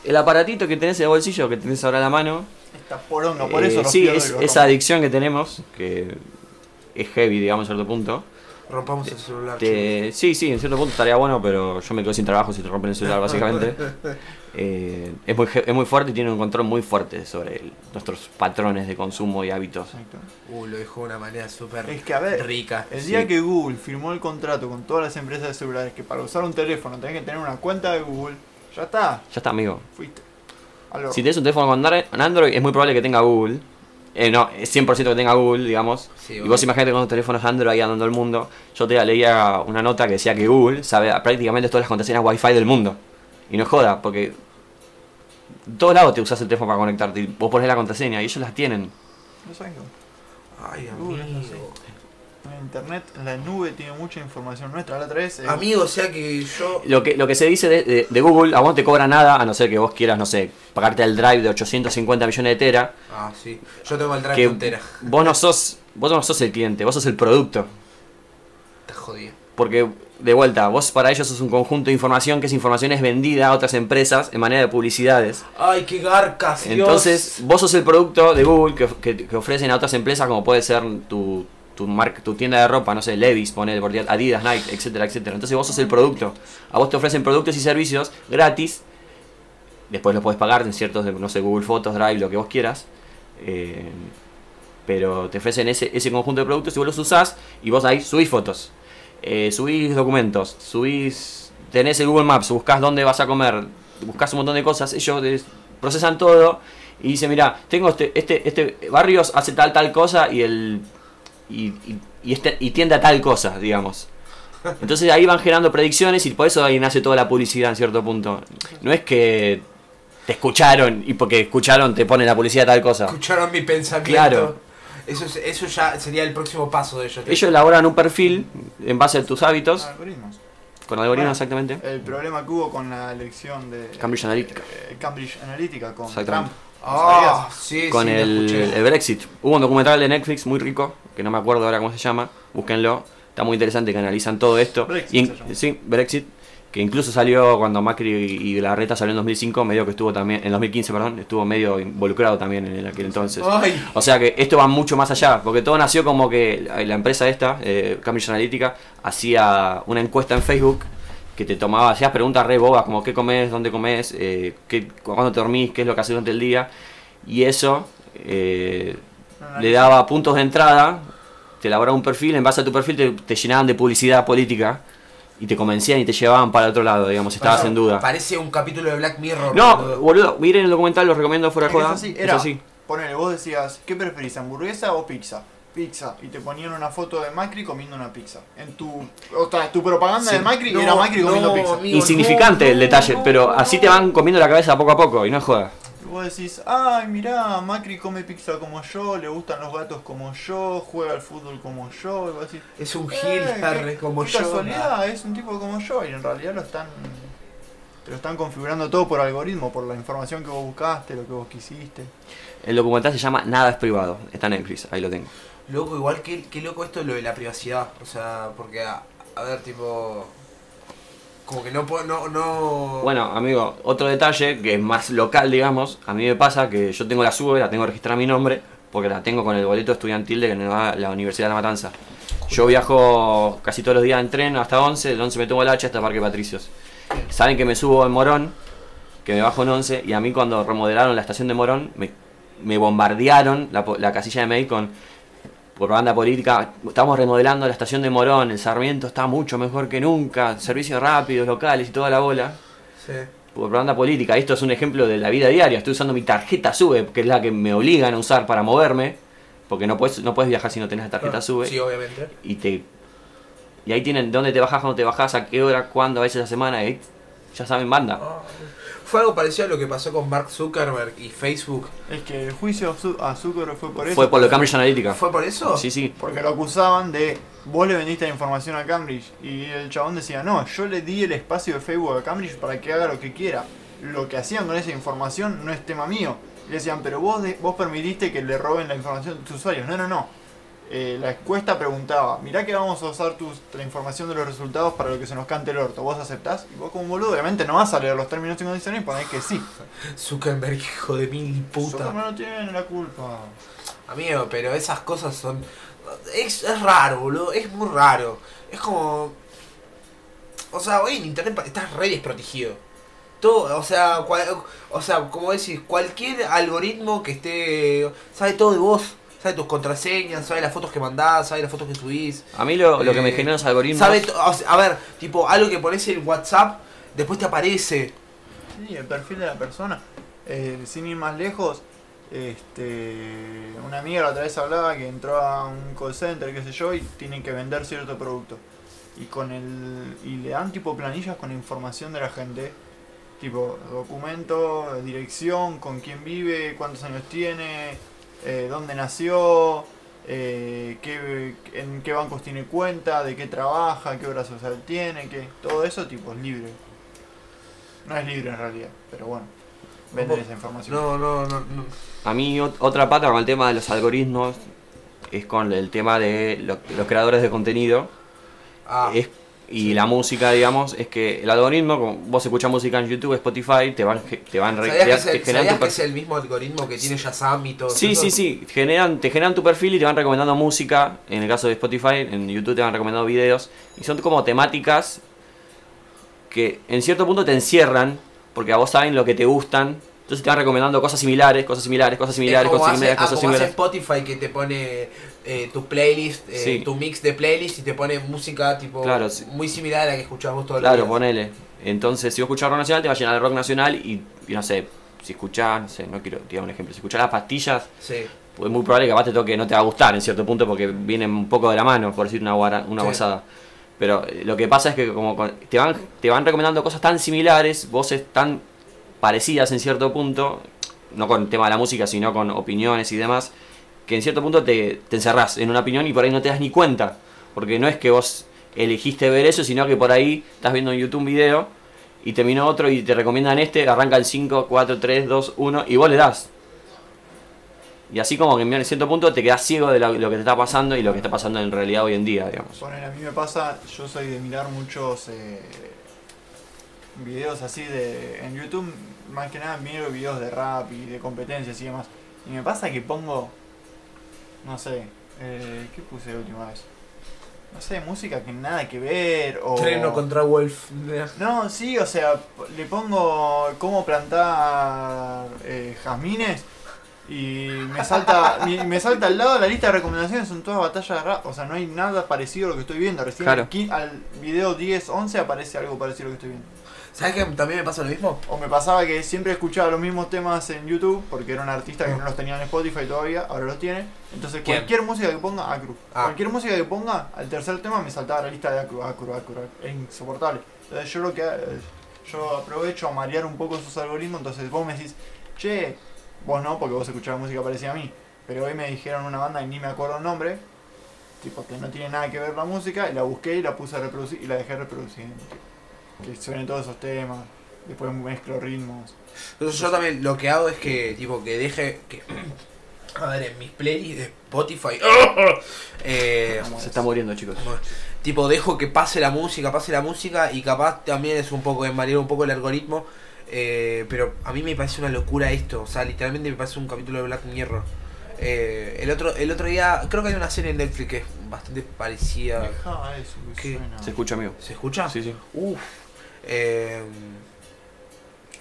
el aparatito que tenés en el bolsillo, que tenés ahora en la mano, Esta poronga, por eh, eso los sí, pierdo y es- los esa rompo. adicción que tenemos, que es heavy, digamos, a cierto punto. Rompamos el celular. chicos. Te- Este, sí, sí, en cierto punto estaría bueno, pero yo me quedo sin trabajo si te rompen el celular, básicamente. Eh, es, muy, je- es muy fuerte y tiene un control muy fuerte sobre el- nuestros patrones de consumo y hábitos. Exacto. Uh, lo dijo de una manera súper Es que a ver, rica. El Sí. día que Google firmó el contrato con todas las empresas de celulares que para usar un teléfono tenés que tener una cuenta de Google, ya está, Ya está, amigo. fuiste. Aló. Si tenés un teléfono con Android- con Android, es muy probable que tenga Google. Eh, no, es 100% que tenga Google, digamos. Sí, y obvio. vos imagínate con los teléfonos Android ahí andando el mundo. Yo te leía una nota que decía que Google sabe prácticamente todas las contraseñas Wi-Fi del mundo. Y no joda, porque en todos lados te usás el teléfono para conectarte. y Vos ponés la contraseña y ellos las tienen. No saben cómo. Ay, Uh, no sé. amigo. En internet, la nube tiene mucha información nuestra. La otra vez, eh, Amigo, o sea que yo. Lo que, lo que se dice de, de- de Google, a vos no te cobra nada, a no ser que vos quieras, no sé, pagarte el drive de 850 millones de tera. Ah, sí. Yo tengo el traje Que entera. vos no sos, vos no sos el cliente, vos sos el producto. Te jodí. Porque, de vuelta, vos para ellos sos un conjunto de información que esa información es vendida a otras empresas en manera de publicidades. Ay, qué garcas. Dios. Entonces, vos sos el producto de Google que, of- que- que ofrecen a otras empresas como puede ser tu, tu, marca- tu tienda de ropa, no sé, Levi's, ponele, por día- Adidas, Nike, etcétera, etcétera. Entonces vos sos el producto. A vos te ofrecen productos y servicios gratis. Después los podés pagar en ciertos, no sé, Google Fotos, Drive, lo que vos quieras. Eh, pero te ofrecen ese, ese conjunto de productos y vos los usás y vos ahí subís fotos, eh, subís documentos, subís, tenés el Google Maps, buscás dónde vas a comer, buscás un montón de cosas, ellos des- procesan todo y dicen, mira, tengo este, este, este barrio hace tal, tal cosa y el y, y, y este, y tiende a tal cosa, digamos. Entonces ahí van generando predicciones y por eso ahí nace toda la publicidad en cierto punto. No es que te escucharon y porque escucharon te ponen la publicidad tal cosa. Escucharon mi pensamiento. Claro. Eso, es- eso ya sería el próximo paso de ellos. Ellos elaboran un perfil en base a tus hábitos, algoritmos. con algoritmos Bueno. exactamente. El problema que hubo con la elección de Cambridge Analytica. eh, Cambridge Analytica con Trump. Exactamente. Ah, sí, con sí, lo el, escuché. el Brexit. Hubo un documental de Netflix muy rico, que no me acuerdo ahora cómo se llama, búsquenlo, está muy interesante que analizan todo esto. Brexit Y se llama. sí, Brexit, que incluso salió cuando Macri y la reta salió en 2005, medio que estuvo también, en 2015, perdón, estuvo medio involucrado también en aquel entonces. Ay, O sea que esto va mucho más allá, porque todo nació como que la la empresa esta, eh, Cambridge Analytica, hacía una encuesta en Facebook que te tomaba, hacías preguntas re bobas, como qué comes, dónde comes, eh, qué, cu- cuándo te dormís, qué es lo que haces durante el día, y eso eh, le daba puntos de entrada, te elaboraba un perfil, en base a tu perfil te, te llenaban de publicidad política y te convencían y te llevaban para otro lado, digamos, estabas Bueno, en duda. Parece un capítulo de Black Mirror. No, boludo. boludo, miren el documental, los recomiendo fuera Es de que es joda. así, es era, así. ponele, vos decías, ¿qué preferís, hamburguesa o pizza? Pizza, y te ponían una foto de Macri comiendo una pizza. En tu, o sea, tu propaganda Sí. de Macri No, era Macri comiendo no, pizza. amigo, Insignificante no, el no, detalle, no, pero no. así te van comiendo la cabeza poco a poco y no es joda. Y vos decís, ay, mirá, Macri come pizza como yo, le gustan los gatos como yo, juega al fútbol como yo, y vos decís, Es un "Eh, Gil qué- Harry, como qué yo. casualidad, es un tipo como yo, y en realidad lo están... Te lo están configurando todo por algoritmo, por la información que vos buscaste, lo que vos quisiste. El documental se llama Nada es privado, está en Netflix, ahí lo tengo. Loco, igual que, que loco esto de lo de la privacidad. O sea, porque a, a ver, tipo. Como que no puedo. No, no... Bueno, amigo, otro detalle que es más local, digamos, a mí me pasa que yo tengo la SUBE, la tengo registrada a mi nombre, porque la tengo con el boleto estudiantil de que nos da la Universidad de La Matanza. Yo viajo casi todos los días en tren hasta 11, del 11 me tomo el H hasta Parque Patricios. Saben que me subo en Morón, que me bajo en 11, y a mí cuando remodelaron la estación de Morón, me, me bombardearon la, po- la casilla de mail con propaganda política. Estamos remodelando la estación de Morón, el Sarmiento está mucho mejor que nunca, servicios rápidos, locales y toda la bola. Sí. propaganda política, esto es un ejemplo de la vida diaria, estoy usando mi tarjeta SUBE, que es la que me obligan a usar para moverme, porque no puedes no puedes viajar si no tenés la tarjeta Ah, SUBE, Sí, obviamente. y te y ahí tienen dónde te bajás, cuándo te bajás, a qué hora, cuándo, a veces la semana, y ahí ya saben banda. Ah. Fue algo parecido a lo que pasó con Mark Zuckerberg y Facebook. Es que el juicio a Zu- a Zuckerberg fue por eso. Fue por lo de Cambridge Analytica. ¿Fue por eso? Sí, sí. Porque lo acusaban de vos le vendiste la información a Cambridge y el chabón decía, no, yo le di el espacio de Facebook a Cambridge para que haga lo que quiera. Lo que hacían con esa información no es tema mío. Y le decían, pero vos, de- vos permitiste que le roben la información de tus usuarios. No, no, no. Eh, la encuesta preguntaba, mirá que vamos a usar tus, la información de los resultados para lo que se nos cante el orto. ¿Vos aceptás? Y vos como un boludo obviamente no vas a leer los términos y condiciones y ponés que sí. Zuckerberg, hijo de mil puta. Zuckerberg no tiene la culpa. Amigo, pero esas cosas son. Es, es raro, boludo. Es muy raro. Es como. O sea, hoy en internet pa- estás re desprotegido. Todo, o sea, cual- o sea, como decís, cualquier algoritmo que esté. sabe todo de vos. Sabe tus contraseñas, sabe las fotos que mandás, sabe las fotos que subís. A mí lo, lo que me Eh, generan los algoritmos. Sabe, to- o sea, a ver, tipo, algo que pones en WhatsApp, después te aparece. Sí, el perfil de la persona. Eh, sin ir más lejos, este, una amiga la otra vez hablaba que entró a un call center, qué sé yo, y tienen que vender cierto producto. Y con el y le dan tipo planillas con información de la gente, tipo documento, dirección, con quién vive, cuántos años tiene, eh, dónde nació, eh, qué, en qué bancos tiene cuenta, de qué trabaja, qué obra social tiene, que todo eso tipo es libre. No es libre en realidad, pero bueno, venden esa información. No, no, no, no. A mí ot- otra pata con el tema de los algoritmos es con el tema de lo- los creadores de contenido Ah, es- y la música, digamos, es que el algoritmo, como vos escuchás música en YouTube, Spotify, te van, ge- te van re- ¿Sabías, te- que es, te el, generan sabías tu que per- es el mismo algoritmo que tiene Yazam y todo Sí, eso? sí, sí, generan, te generan tu perfil y te van recomendando música, en el caso de Spotify, en YouTube te van recomendando videos, y son como temáticas que en cierto punto te encierran, porque a vos saben lo que te gustan, entonces te van recomendando cosas similares, cosas similares, cosas Es similares, como cosas hace- similares, ah, cosas como hace similares. Spotify que te pone eh, tu playlist, eh, Sí. tu mix de playlist y te pone música tipo Claro, sí. muy similar a la que escuchás vos todo el Claro, día. ponele. Entonces, si vos escuchás rock nacional, te va a llenar de rock nacional y, y no sé, si escuchás, no sé, no quiero tirar un ejemplo, si escuchás las pastillas, Sí. pues es muy probable que capaz te toque, no te va a gustar en cierto punto porque vienen un poco de la mano, por decir una, guara- una Sí. guasada. Pero eh, lo que pasa es que como con- te van, te van recomendando cosas tan similares, voces tan parecidas en cierto punto, no con el tema de la música, sino con opiniones y demás, que en cierto punto te, te encerrás en una opinión y por ahí no te das ni cuenta. Porque no es que vos elegiste ver eso, sino que por ahí estás viendo en YouTube un video y terminó otro y te recomiendan este, arranca el 5, 4, 3, 2, 1 y vos le das. Y así como que en cierto punto te quedás ciego de la- lo que te está pasando y lo que está pasando en realidad hoy en día, digamos. Poner, a mí me pasa, yo soy de mirar muchos eh, videos así de. En YouTube, más que nada, miro videos de rap y de competencias y demás. Y me pasa que pongo. No sé, eh, ¿qué puse la última vez? No sé, música que nada que ver o. Treno contra Wolf. No, sí, o sea, p- le pongo cómo plantar eh, jazmines y me salta y me salta al lado la lista de recomendaciones, son todas batallas de rap, o sea, no hay nada parecido a lo que estoy viendo. Recién Claro. aquí al video 10, 11 aparece algo parecido a lo que estoy viendo. ¿Sabes que también me pasa lo mismo? O me pasaba que siempre escuchaba los mismos temas en YouTube, porque era un artista que no los tenía en Spotify todavía, ahora los tiene. Entonces ¿Quién? cualquier música que ponga, Acru. Ah. Cualquier música que ponga, al tercer tema me saltaba la lista de Acru, Acru, Acru, Acru. Es insoportable. Entonces yo lo que eh, yo aprovecho a marear un poco sus algoritmos, entonces vos me decís, che, vos no, porque vos escuchabas música parecida a mí. Pero hoy me dijeron una banda y ni me acuerdo el nombre, tipo que no tiene nada que ver la música, y la busqué y la puse a reproducir y la dejé reproducir. Que suenen todos esos temas. Después mezclo ritmos. Entonces yo también lo que hago es que tipo que deje que a ver en mis playlists de Spotify eh, Se está muriendo, chicos. tipo dejo que pase la música, pase la música y capaz también es un poco de marear un poco el algoritmo, eh, pero a mí me parece una locura esto, o sea, literalmente me parece un capítulo de Black Mirror. Eh, el otro el otro día creo que hay una serie en Netflix que es bastante parecida. Dejá Ah, eso, que ¿Qué? suena. Se escucha, amigo. ¿Se escucha? Ah, Sí, sí. Uf. Eh,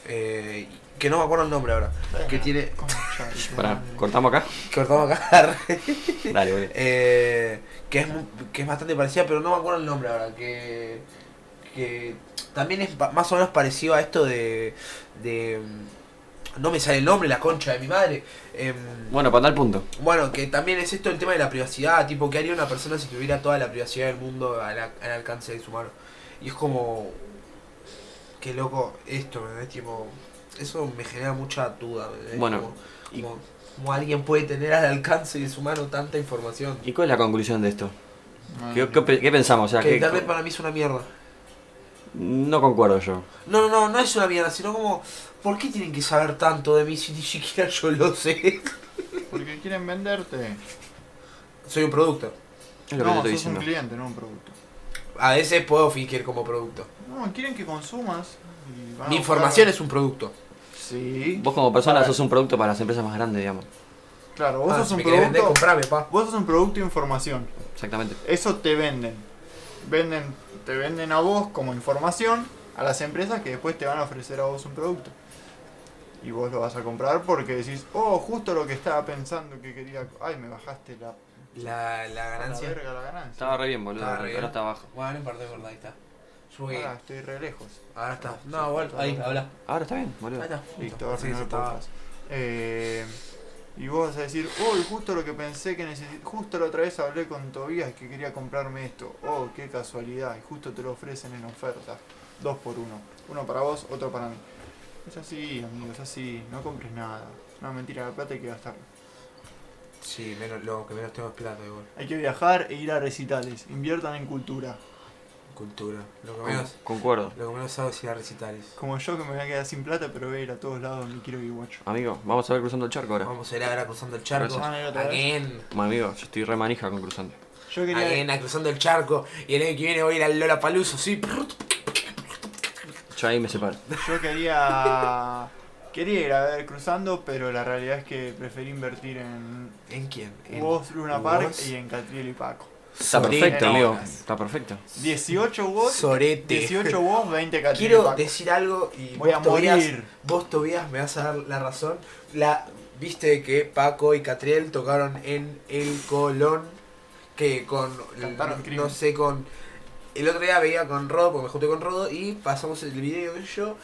eh, que no me acuerdo el nombre ahora. Venga, que tiene- concha de tu Pará, madre. cortamos acá. Cortamos acá. Dale, boludo. Eh, que, es, mu- que es bastante parecida, pero no me acuerdo el nombre ahora. Que, que también es pa- más o menos parecido a esto de, de, mm, No me sale el nombre, la concha de mi madre. Em, Bueno, para tal punto. bueno, que también es esto el tema de la privacidad, tipo, ¿qué haría una persona si tuviera toda la privacidad del mundo al, a- al alcance de su mano? Y es como, qué loco esto, ¿me entendés? Tipo, eso me genera mucha duda, ¿me entendés? Bueno, Como- y- como, como alguien puede tener al alcance de su mano tanta información. ¿Y cuál es la conclusión de esto? No, ¿Qué, qué pe- qué pensamos? O sea, que ¿qué- internet para mí es una mierda. No concuerdo yo. No, no, no, no es una mierda, sino como, ¿por qué tienen que saber tanto de mí si ni siquiera yo lo sé? Porque quieren venderte. Soy un producto. Es lo que yo No, sos estoy un diciendo. cliente, no un producto. A veces puedo fingir como producto. No, quieren que consumas. y van a buscar- Mi información es un producto. Sí. Vos como persona Para- sos un producto para las empresas más grandes, digamos. Claro, vos Ah, sos si un me querés vender, producto. comprame, pa. Vos sos un producto e información. Exactamente. Eso te venden. Venden, te venden a vos como información a las empresas que después te van a ofrecer a vos un producto. Y vos lo vas a comprar porque decís, oh, justo lo que estaba pensando que quería. Ay, me bajaste la, La, la la ganancia. verga, la ganancia. Estaba re bien, boludo, Estaba re pero bien. ahora está abajo. Bueno, no parte verdad, ahí está. Sube. Ahora estoy re lejos. Ahora está. No, bueno, ahí, habla. Ahora está bien, Ahí boludo. está. Listo, ahora Sí, no sí, me estaba- pongas. Eh, y vos vas a decir, oh, justo lo que pensé que necesitaba, justo la otra vez hablé con Tobías que quería comprarme esto, oh, qué casualidad, y justo te lo ofrecen en oferta, dos por uno, uno para vos, otro para mí. Es así, amigo, es así, no compres nada, no, mentira, la plata hay que gastarla. Sí, menos, lo que menos tengo es plata, igual. Hay que viajar e ir a recitales, inviertan en cultura, Cultura. Lo que Con- menos, Concuerdo. lo que menos hago es ir a recitales. como yo que me voy a quedar sin plata, pero voy a ir a todos lados me quiero ir guacho. Amigo, vamos a ver cruzando el charco ahora. Vamos a ir ahora cruzando el charco. Van a ir otra vez. Again. Bueno, amigo, yo estoy re manija con cruzando. Yo quería... Again, a cruzando el charco. Y el año que viene voy a ir al Lola Paluso, sí. Yo ahí me separo. Yo quería. Quería ir a ver cruzando, pero la realidad es que preferí invertir en ¿En quién? En- Woz, Luna Park Woz. y en Catriel y Paco. Está Sorete. perfecto, amigo. Horas. Está perfecto. 18 Woz, Sorete. 18 Woz, 20 Catriel y Quiero Paco. decir algo y Voy a vos, Tobías, morir. vos Tobías me vas a dar la razón. La viste que Paco y Catriel tocaron en El Colón que con Cantaron no Crimen. sé con el otro día veía con Rodo, porque me junté con Rodo y pasamos el video y yo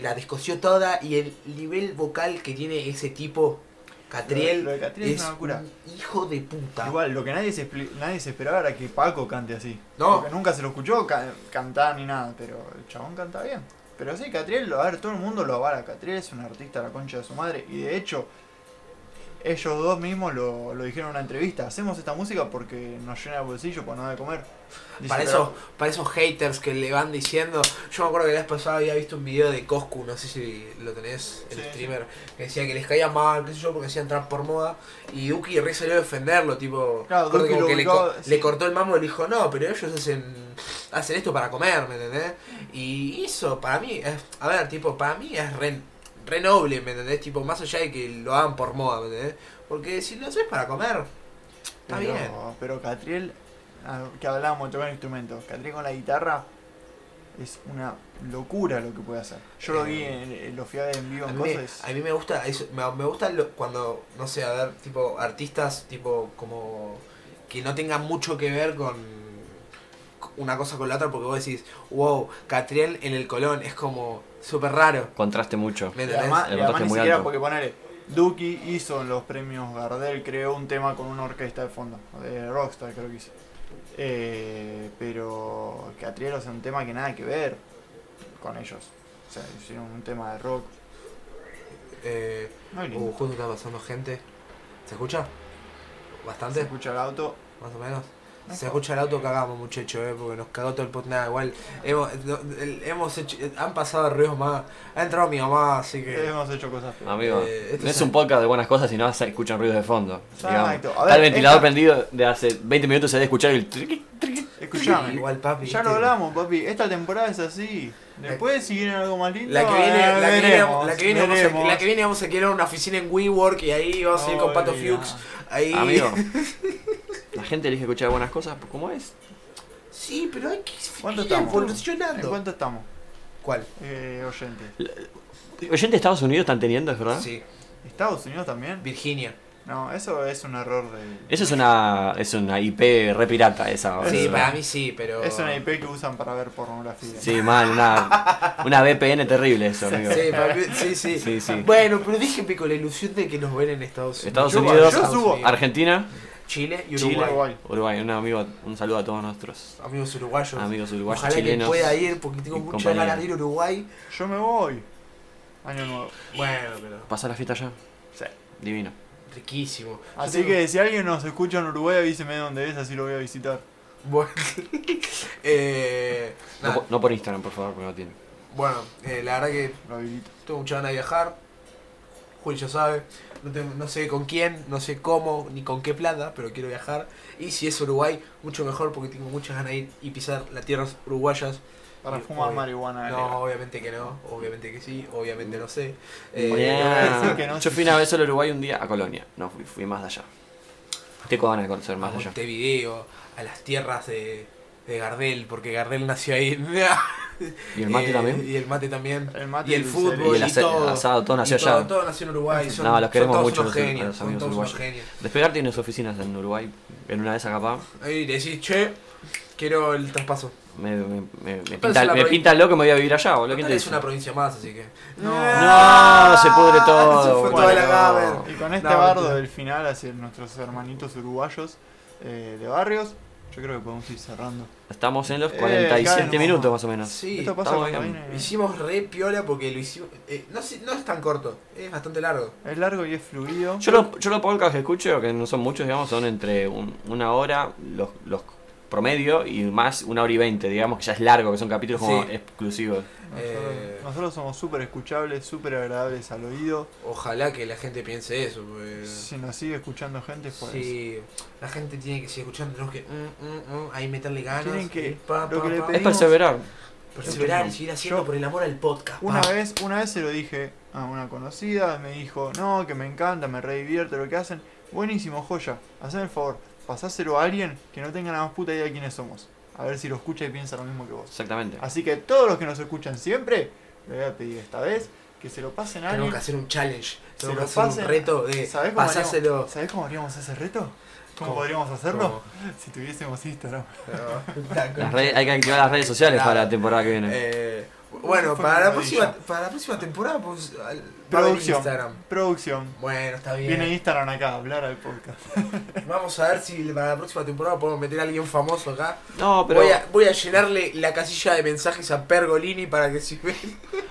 la discoció toda y el nivel vocal que tiene ese tipo Catriel Lo- lo de Catriel es una locura. un hijo de puta. Igual, lo que nadie se, expli- nadie se esperaba era que Paco cante así. No. Porque nunca se lo escuchó ca- cantar ni nada, pero el chabón canta bien. Pero sí, Catriel, lo- a ver, todo el mundo lo avala. Catriel es un artista a la concha de su madre. Y de hecho, ellos dos mismos lo, lo dijeron en una entrevista. Hacemos esta música porque nos llena el bolsillo, para nada de comer. Dice, Para "Pero esos, para esos haters que le van diciendo. Yo me acuerdo que la vez pasada había visto un video de Coscu, no sé si lo tenés, el Sí, streamer, que decía que les caía mal, qué sé yo, porque hacían trap por moda. Y Duki re salió a defenderlo, tipo. Claro, acuerdo Duki como lo que le, ubicaba, co- sí. le cortó el mamo y le dijo, no, pero ellos hacen. Hacen esto para comer, ¿me entendés? Y eso, para mí, es- a ver, tipo, para mí es re, re noble, ¿me entendés? Tipo, más allá de que lo hagan por moda, ¿me entendés? Porque si lo haces para comer, está pero, bien. Pero Catriel, ah, que hablábamos de tocar instrumentos, Catriel con la guitarra es una locura lo que puede hacer. Yo lo vi en, en los fiades en vivo Eh. A en mí, me, cosas. a mí me gusta eso, me, me gusta lo- cuando, no sé, a ver, tipo, artistas, tipo, como, que no tengan mucho que ver con una cosa con la otra, porque vos decís, wow, Catriel en el Colón, es como súper raro, Contraste mucho. ¿me Y entendés? además, El y además puntaje ni muy siquiera alto. porque ponele, Duki hizo en los premios Gardel, creó un tema con una orquesta de fondo, de Rockstar creo que hizo. Eh, pero Catriel hace un tema que nada que ver con ellos. O sea, hicieron un tema de rock. Eh, Muy uh, lindo. justo está pasando gente, ¿se escucha? Se ¿Bastante? escucha el auto. Más o menos. No Se jodas. escucha el auto, cagamos, muchachos, eh, porque nos cagó todo el podcast. Nada, igual, hemos, no, el- hemos hecho, han pasado ruidos más, ha entrado mi mamá, así que... Hemos hecho cosas feas. Amigo, Eh, esto no es es- un podcast de buenas cosas, sino se escuchan ruidos de fondo. digamos. Exacto. A Está ver, el ventilador esta- prendido de hace 20 minutos, se debe escuchar el triqui, triqui. Escuchame. Ah. Igual, papi. este, Ya lo viste, hablamos, papi. Esta temporada es así. Después, si viene algo más lindo, La que viene, eh, la que viene, veremos, la que viene vamos a, veremos. la que viene vamos a querer una oficina en WeWork y ahí vamos a ir con Pato Ay, Fuchs. Ahí. Amigo, la gente elige escuchar buenas cosas, pues, ¿cómo es? Sí, pero hay que ¿Cuánto ir estamos? ¿En evolucionando. cuánto estamos, ¿Cuál? eh, oyente? Oyentes de Estados Unidos están teniendo, es verdad. Sí, ¿Estados Unidos también? Virginia. No, eso es un error de... Eso es una, es una IP re pirata esa. boludo. Sí, para mí sí, pero. Es una IP que usan para ver pornografía. Sí, mal, una, una VPN terrible eso, amigo. Sí, para mí- sí, sí. Sí, sí. Bueno, pero déjenme con la ilusión de que nos ven en Estados Unidos. Estados Yo- Unidos, yo subo. Argentina, Chile y Chile, Uruguay. Uruguay. Uruguay. Un, amigo, un saludo a todos nuestros Amigos uruguayos. amigos uruguayos, Ojalá chilenos. que pueda ir porque tengo y muchas compañía. ganas de ir a Uruguay. Yo me voy. Año nuevo. Bueno, pero Pasar la fiesta allá. Sí. Divino. riquísimo. Yo Así tengo- que si alguien nos escucha en Uruguay, avíseme dónde es, así lo voy a visitar. Bueno, eh, No, nada, po- no por Instagram, por favor, porque no tiene. bueno eh, la verdad que Lo habilito. tengo mucha ganas de viajar. Juli ya sabe. No, tengo- no sé con quién, no sé cómo, ni con qué plata, pero quiero viajar. Y si es Uruguay, mucho mejor porque tengo muchas ganas de ir y pisar las tierras uruguayas. Para Sí, fumar obvio. marihuana. No, legal. obviamente que no, obviamente que sí, obviamente no sé. Eh, te voy a Bien. decir que no. Yo fui una vez solo a Uruguay un día a Colonia. No, fui, fui más de allá. Tengo ganas de conocer a más de allá. Montevideo, a las tierras de, de Gardel, porque Gardel nació ahí. ¿Y el mate Eh, también? Y el mate también. El mate y el dulce, fútbol Y el y ase- todo. asado, todo Y nació todo, allá. todo nació en Uruguay. Son, No, los queremos son todos mucho unos los- genios. a los son amigos todos unos uruguayos. genios. Despegar tiene sus oficinas en Uruguay. En una de esas capaz. Ahí le decís, che, quiero el traspaso. Me, me, me- me es pinta, una me provi- pinta loco, me voy a vivir allá, boludo. ¿Quién Total, te es dice? una provincia más, así que. No. No, se pudre todo. Se fue boludo. toda la gaber. Y con este No, bardo mentira. del final hacia nuestros hermanitos uruguayos eh, de barrios, yo creo que podemos ir cerrando. Estamos en los Eh, 47 acá minutos no. más o menos. Sí, Esto pasa estamos cuando bien. viene- hicimos re piola porque lo hicimos. eh, no, sé- no es tan corto, es bastante largo. Es largo y es fluido. Yo los yo los podcasts que escucho, que no son muchos, digamos, son entre un- una hora, los, los promedio, y más una hora y veinte, digamos, que ya es largo, que son capítulos como Sí. exclusivos. Nosotros, Eh. nosotros somos súper escuchables, súper agradables al oído. Ojalá que la gente piense eso. porque- Si nos sigue escuchando gente, pues... Sí, la gente tiene que seguir escuchando, tenemos que mm, mm, mm, ahí meterle ganas. Tienen que- y pa, lo pa, que le pa. Es pedimos- perseverar. Perseverar y seguir haciendo Yo- por el amor al podcast. Una pa. vez, una vez se lo dije a una conocida, me dijo, no, que me encanta, me re divierte lo que hacen. Buenísimo, joya. Hacen el favor, pasáselo a alguien que no tenga la más puta idea de quiénes somos. A ver si lo escucha y piensa lo mismo que vos. Exactamente. Así que todos los que nos escuchan siempre, le voy a pedir esta vez que se lo pasen a Tenemos alguien. que hacer un challenge. Se Tenemos lo que hacer pasen- un reto de ¿Sabés cómo, pasárselo. haríamos- ¿Sabés cómo haríamos ese reto? ¿Cómo, ¿Cómo? podríamos hacerlo? como- Si tuviésemos Instagram. No. Las redes- hay que activar las redes sociales Claro. para la temporada que viene. Eh, bueno, Fue para la, una próxima, maravilla. para la próxima temporada pues, al- va a venir Producción. Instagram. Producción. Bueno, está bien. Viene Instagram acá a hablar al podcast. Vamos a ver si para la próxima temporada podemos meter a alguien famoso acá. No, pero Voy, a, voy a llenarle la casilla de mensajes a Pergolini para que si ve.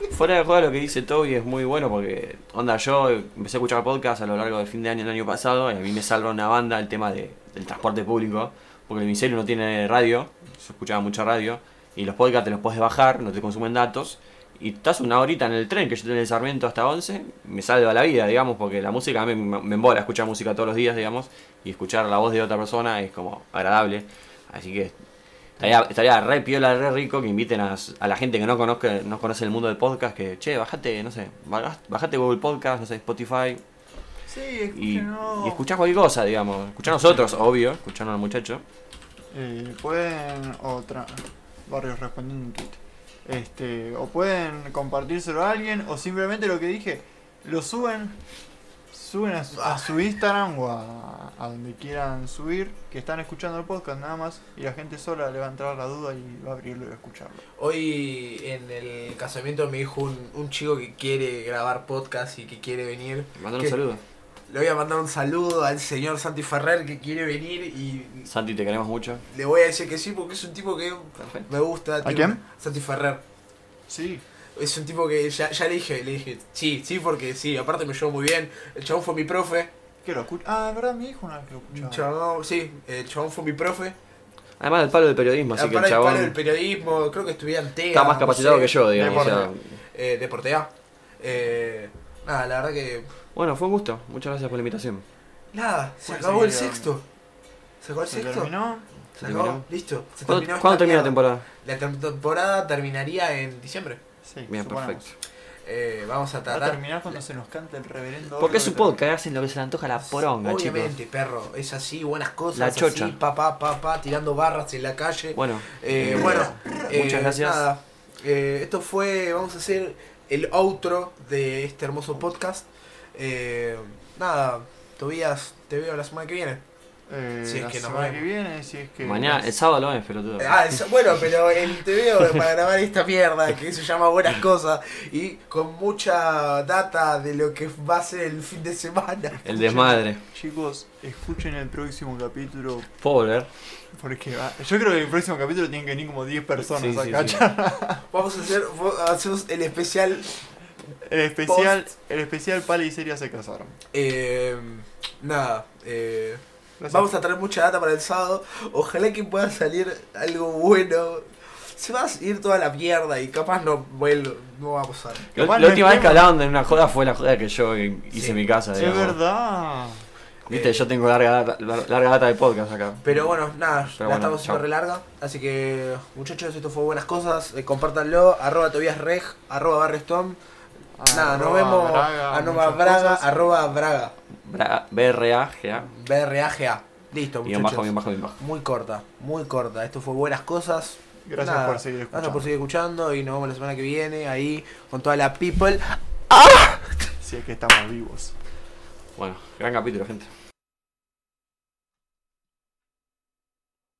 fuera de juego lo que dice Toby es muy bueno porque, onda, yo empecé a escuchar podcast a lo largo del fin de año del año pasado y a mí me salva una banda el tema de, del transporte público, porque mi celu no tiene radio, yo escuchaba mucha radio, y los podcasts te los puedes bajar, no te consumen datos, y estás una horita en el tren, que yo tengo el Sarmiento hasta 11, me salva la vida, digamos, porque la música a mí me, me embola escuchar música todos los días, digamos, y escuchar la voz de otra persona es como agradable, así que Estaría, estaría re piola, re rico que inviten a, a la gente que no conozca, no conoce el mundo del podcast, que, che, bajate, no sé, bagas- bajate Google Podcast, no sé, Spotify, Sí, y, escúchenos. y escuchá cualquier cosa, digamos. Escuchá a nosotros, obvio, escucharon al muchacho. Eh, pueden otra barrios respondiendo en Twitter. Este, o pueden compartírselo a alguien o simplemente lo que dije, lo suben suben a su, a su Instagram o a, a donde quieran subir que están escuchando el podcast nada más y la gente sola le va a entrar la duda y va a abrirlo y va a escucharlo. Hoy en el casamiento me dijo un, un chico que quiere grabar podcast y que quiere venir. Mandar un ¿Qué? saludo. Le voy a mandar un saludo al señor Santi Ferrer que quiere venir y Santi, te queremos mucho. le voy a decir que sí porque es un tipo que Perfecto. me gusta. Tiene- quién? Santi Ferrer. Sí, Es un tipo que ya, ya le dije, le dije, sí, sí, porque sí, aparte me llevo muy bien. El chabón fue mi profe. que lo escucha. Ah, es verdad, me dijo una vez que lo El escuchaba. chabón, sí, el chabón fue mi profe. Además del palo del periodismo, así que el Aparte del Ah, palo del chabón periodismo, creo que estudié en TEA, está más no capacitado sé, que yo, digamos. o sea, Eh, Deporte A. Eh, nada, la verdad que bueno, fue un gusto. Muchas gracias por la invitación. Nada, se Bueno, acabó sí, el eh, sexto. ¿Se acabó el Se sexto? terminó. Se Se acabó, terminó. listo. Se ¿Cuándo, terminó esta cuándo termina la mierda. temporada? La tem- temporada terminaría en diciembre. Sí, Bien, suponemos. perfecto. Eh, vamos a Va a tratar. terminar cuando se nos cante el reverendo. Porque es Orlo su que termina. podcast, hacen lo que se le antoja a la poronga, Obviamente, chicos. perro, es así, buenas cosas, La chocha. así, papá, papá, tirando barras en la calle. Bueno, Eh, bueno, eh, Muchas gracias. nada, eh, esto fue, vamos a hacer el outro de este hermoso podcast. Eh, nada, Tobías, te veo la semana que viene. Eh, Si es la que nos semana vemos. que viene, si es que. Mañana, el sábado lo ves, pelotudo. Eh, Ah, es- bueno, pero el te veo para grabar esta mierda que se llama Buenas Cosas y con mucha data de lo que va a ser el fin de semana. El desmadre. Chicos, escuchen el próximo capítulo Puedo volver. porque va- yo creo que el próximo capítulo tienen que venir como 10 personas Sí, sí, acá. sí. Vamos a hacer vo- hacemos el especial. El especial, el especial Pali y Seria se casaron. eh, nada, eh, Gracias. vamos a traer mucha data para el sábado. Ojalá que pueda salir algo bueno. Se va a ir toda la mierda y capaz no vuelvo, no va a pasar. La, Capaz no la última vez que estemos. hablaron de una joda fue la joda que yo hice Sí. en mi casa. Es digamos. verdad. Viste, Eh. yo tengo larga data, lar- larga data de podcast acá. Pero bueno, nada, la Pero bueno, estamos chau. súper larga. Así que, muchachos, esto fue buenas cosas. eh, compártanlo. Arroba Tobias Reg, arroba Barrestom. Nada, nos Arroba vemos. Braga, arroba muchas Braga, cosas. arroba Braga. Bra- BRAGA. BRAGA. Listo, Bien bajo, bien muchachos. bajo, bien bajo. Muy corta, muy corta. Esto fue buenas cosas. Gracias Nada, por seguir escuchando. Gracias por seguir escuchando y nos vemos la semana que viene ahí con toda la people. Si es que estamos vivos. Bueno, gran capítulo, gente.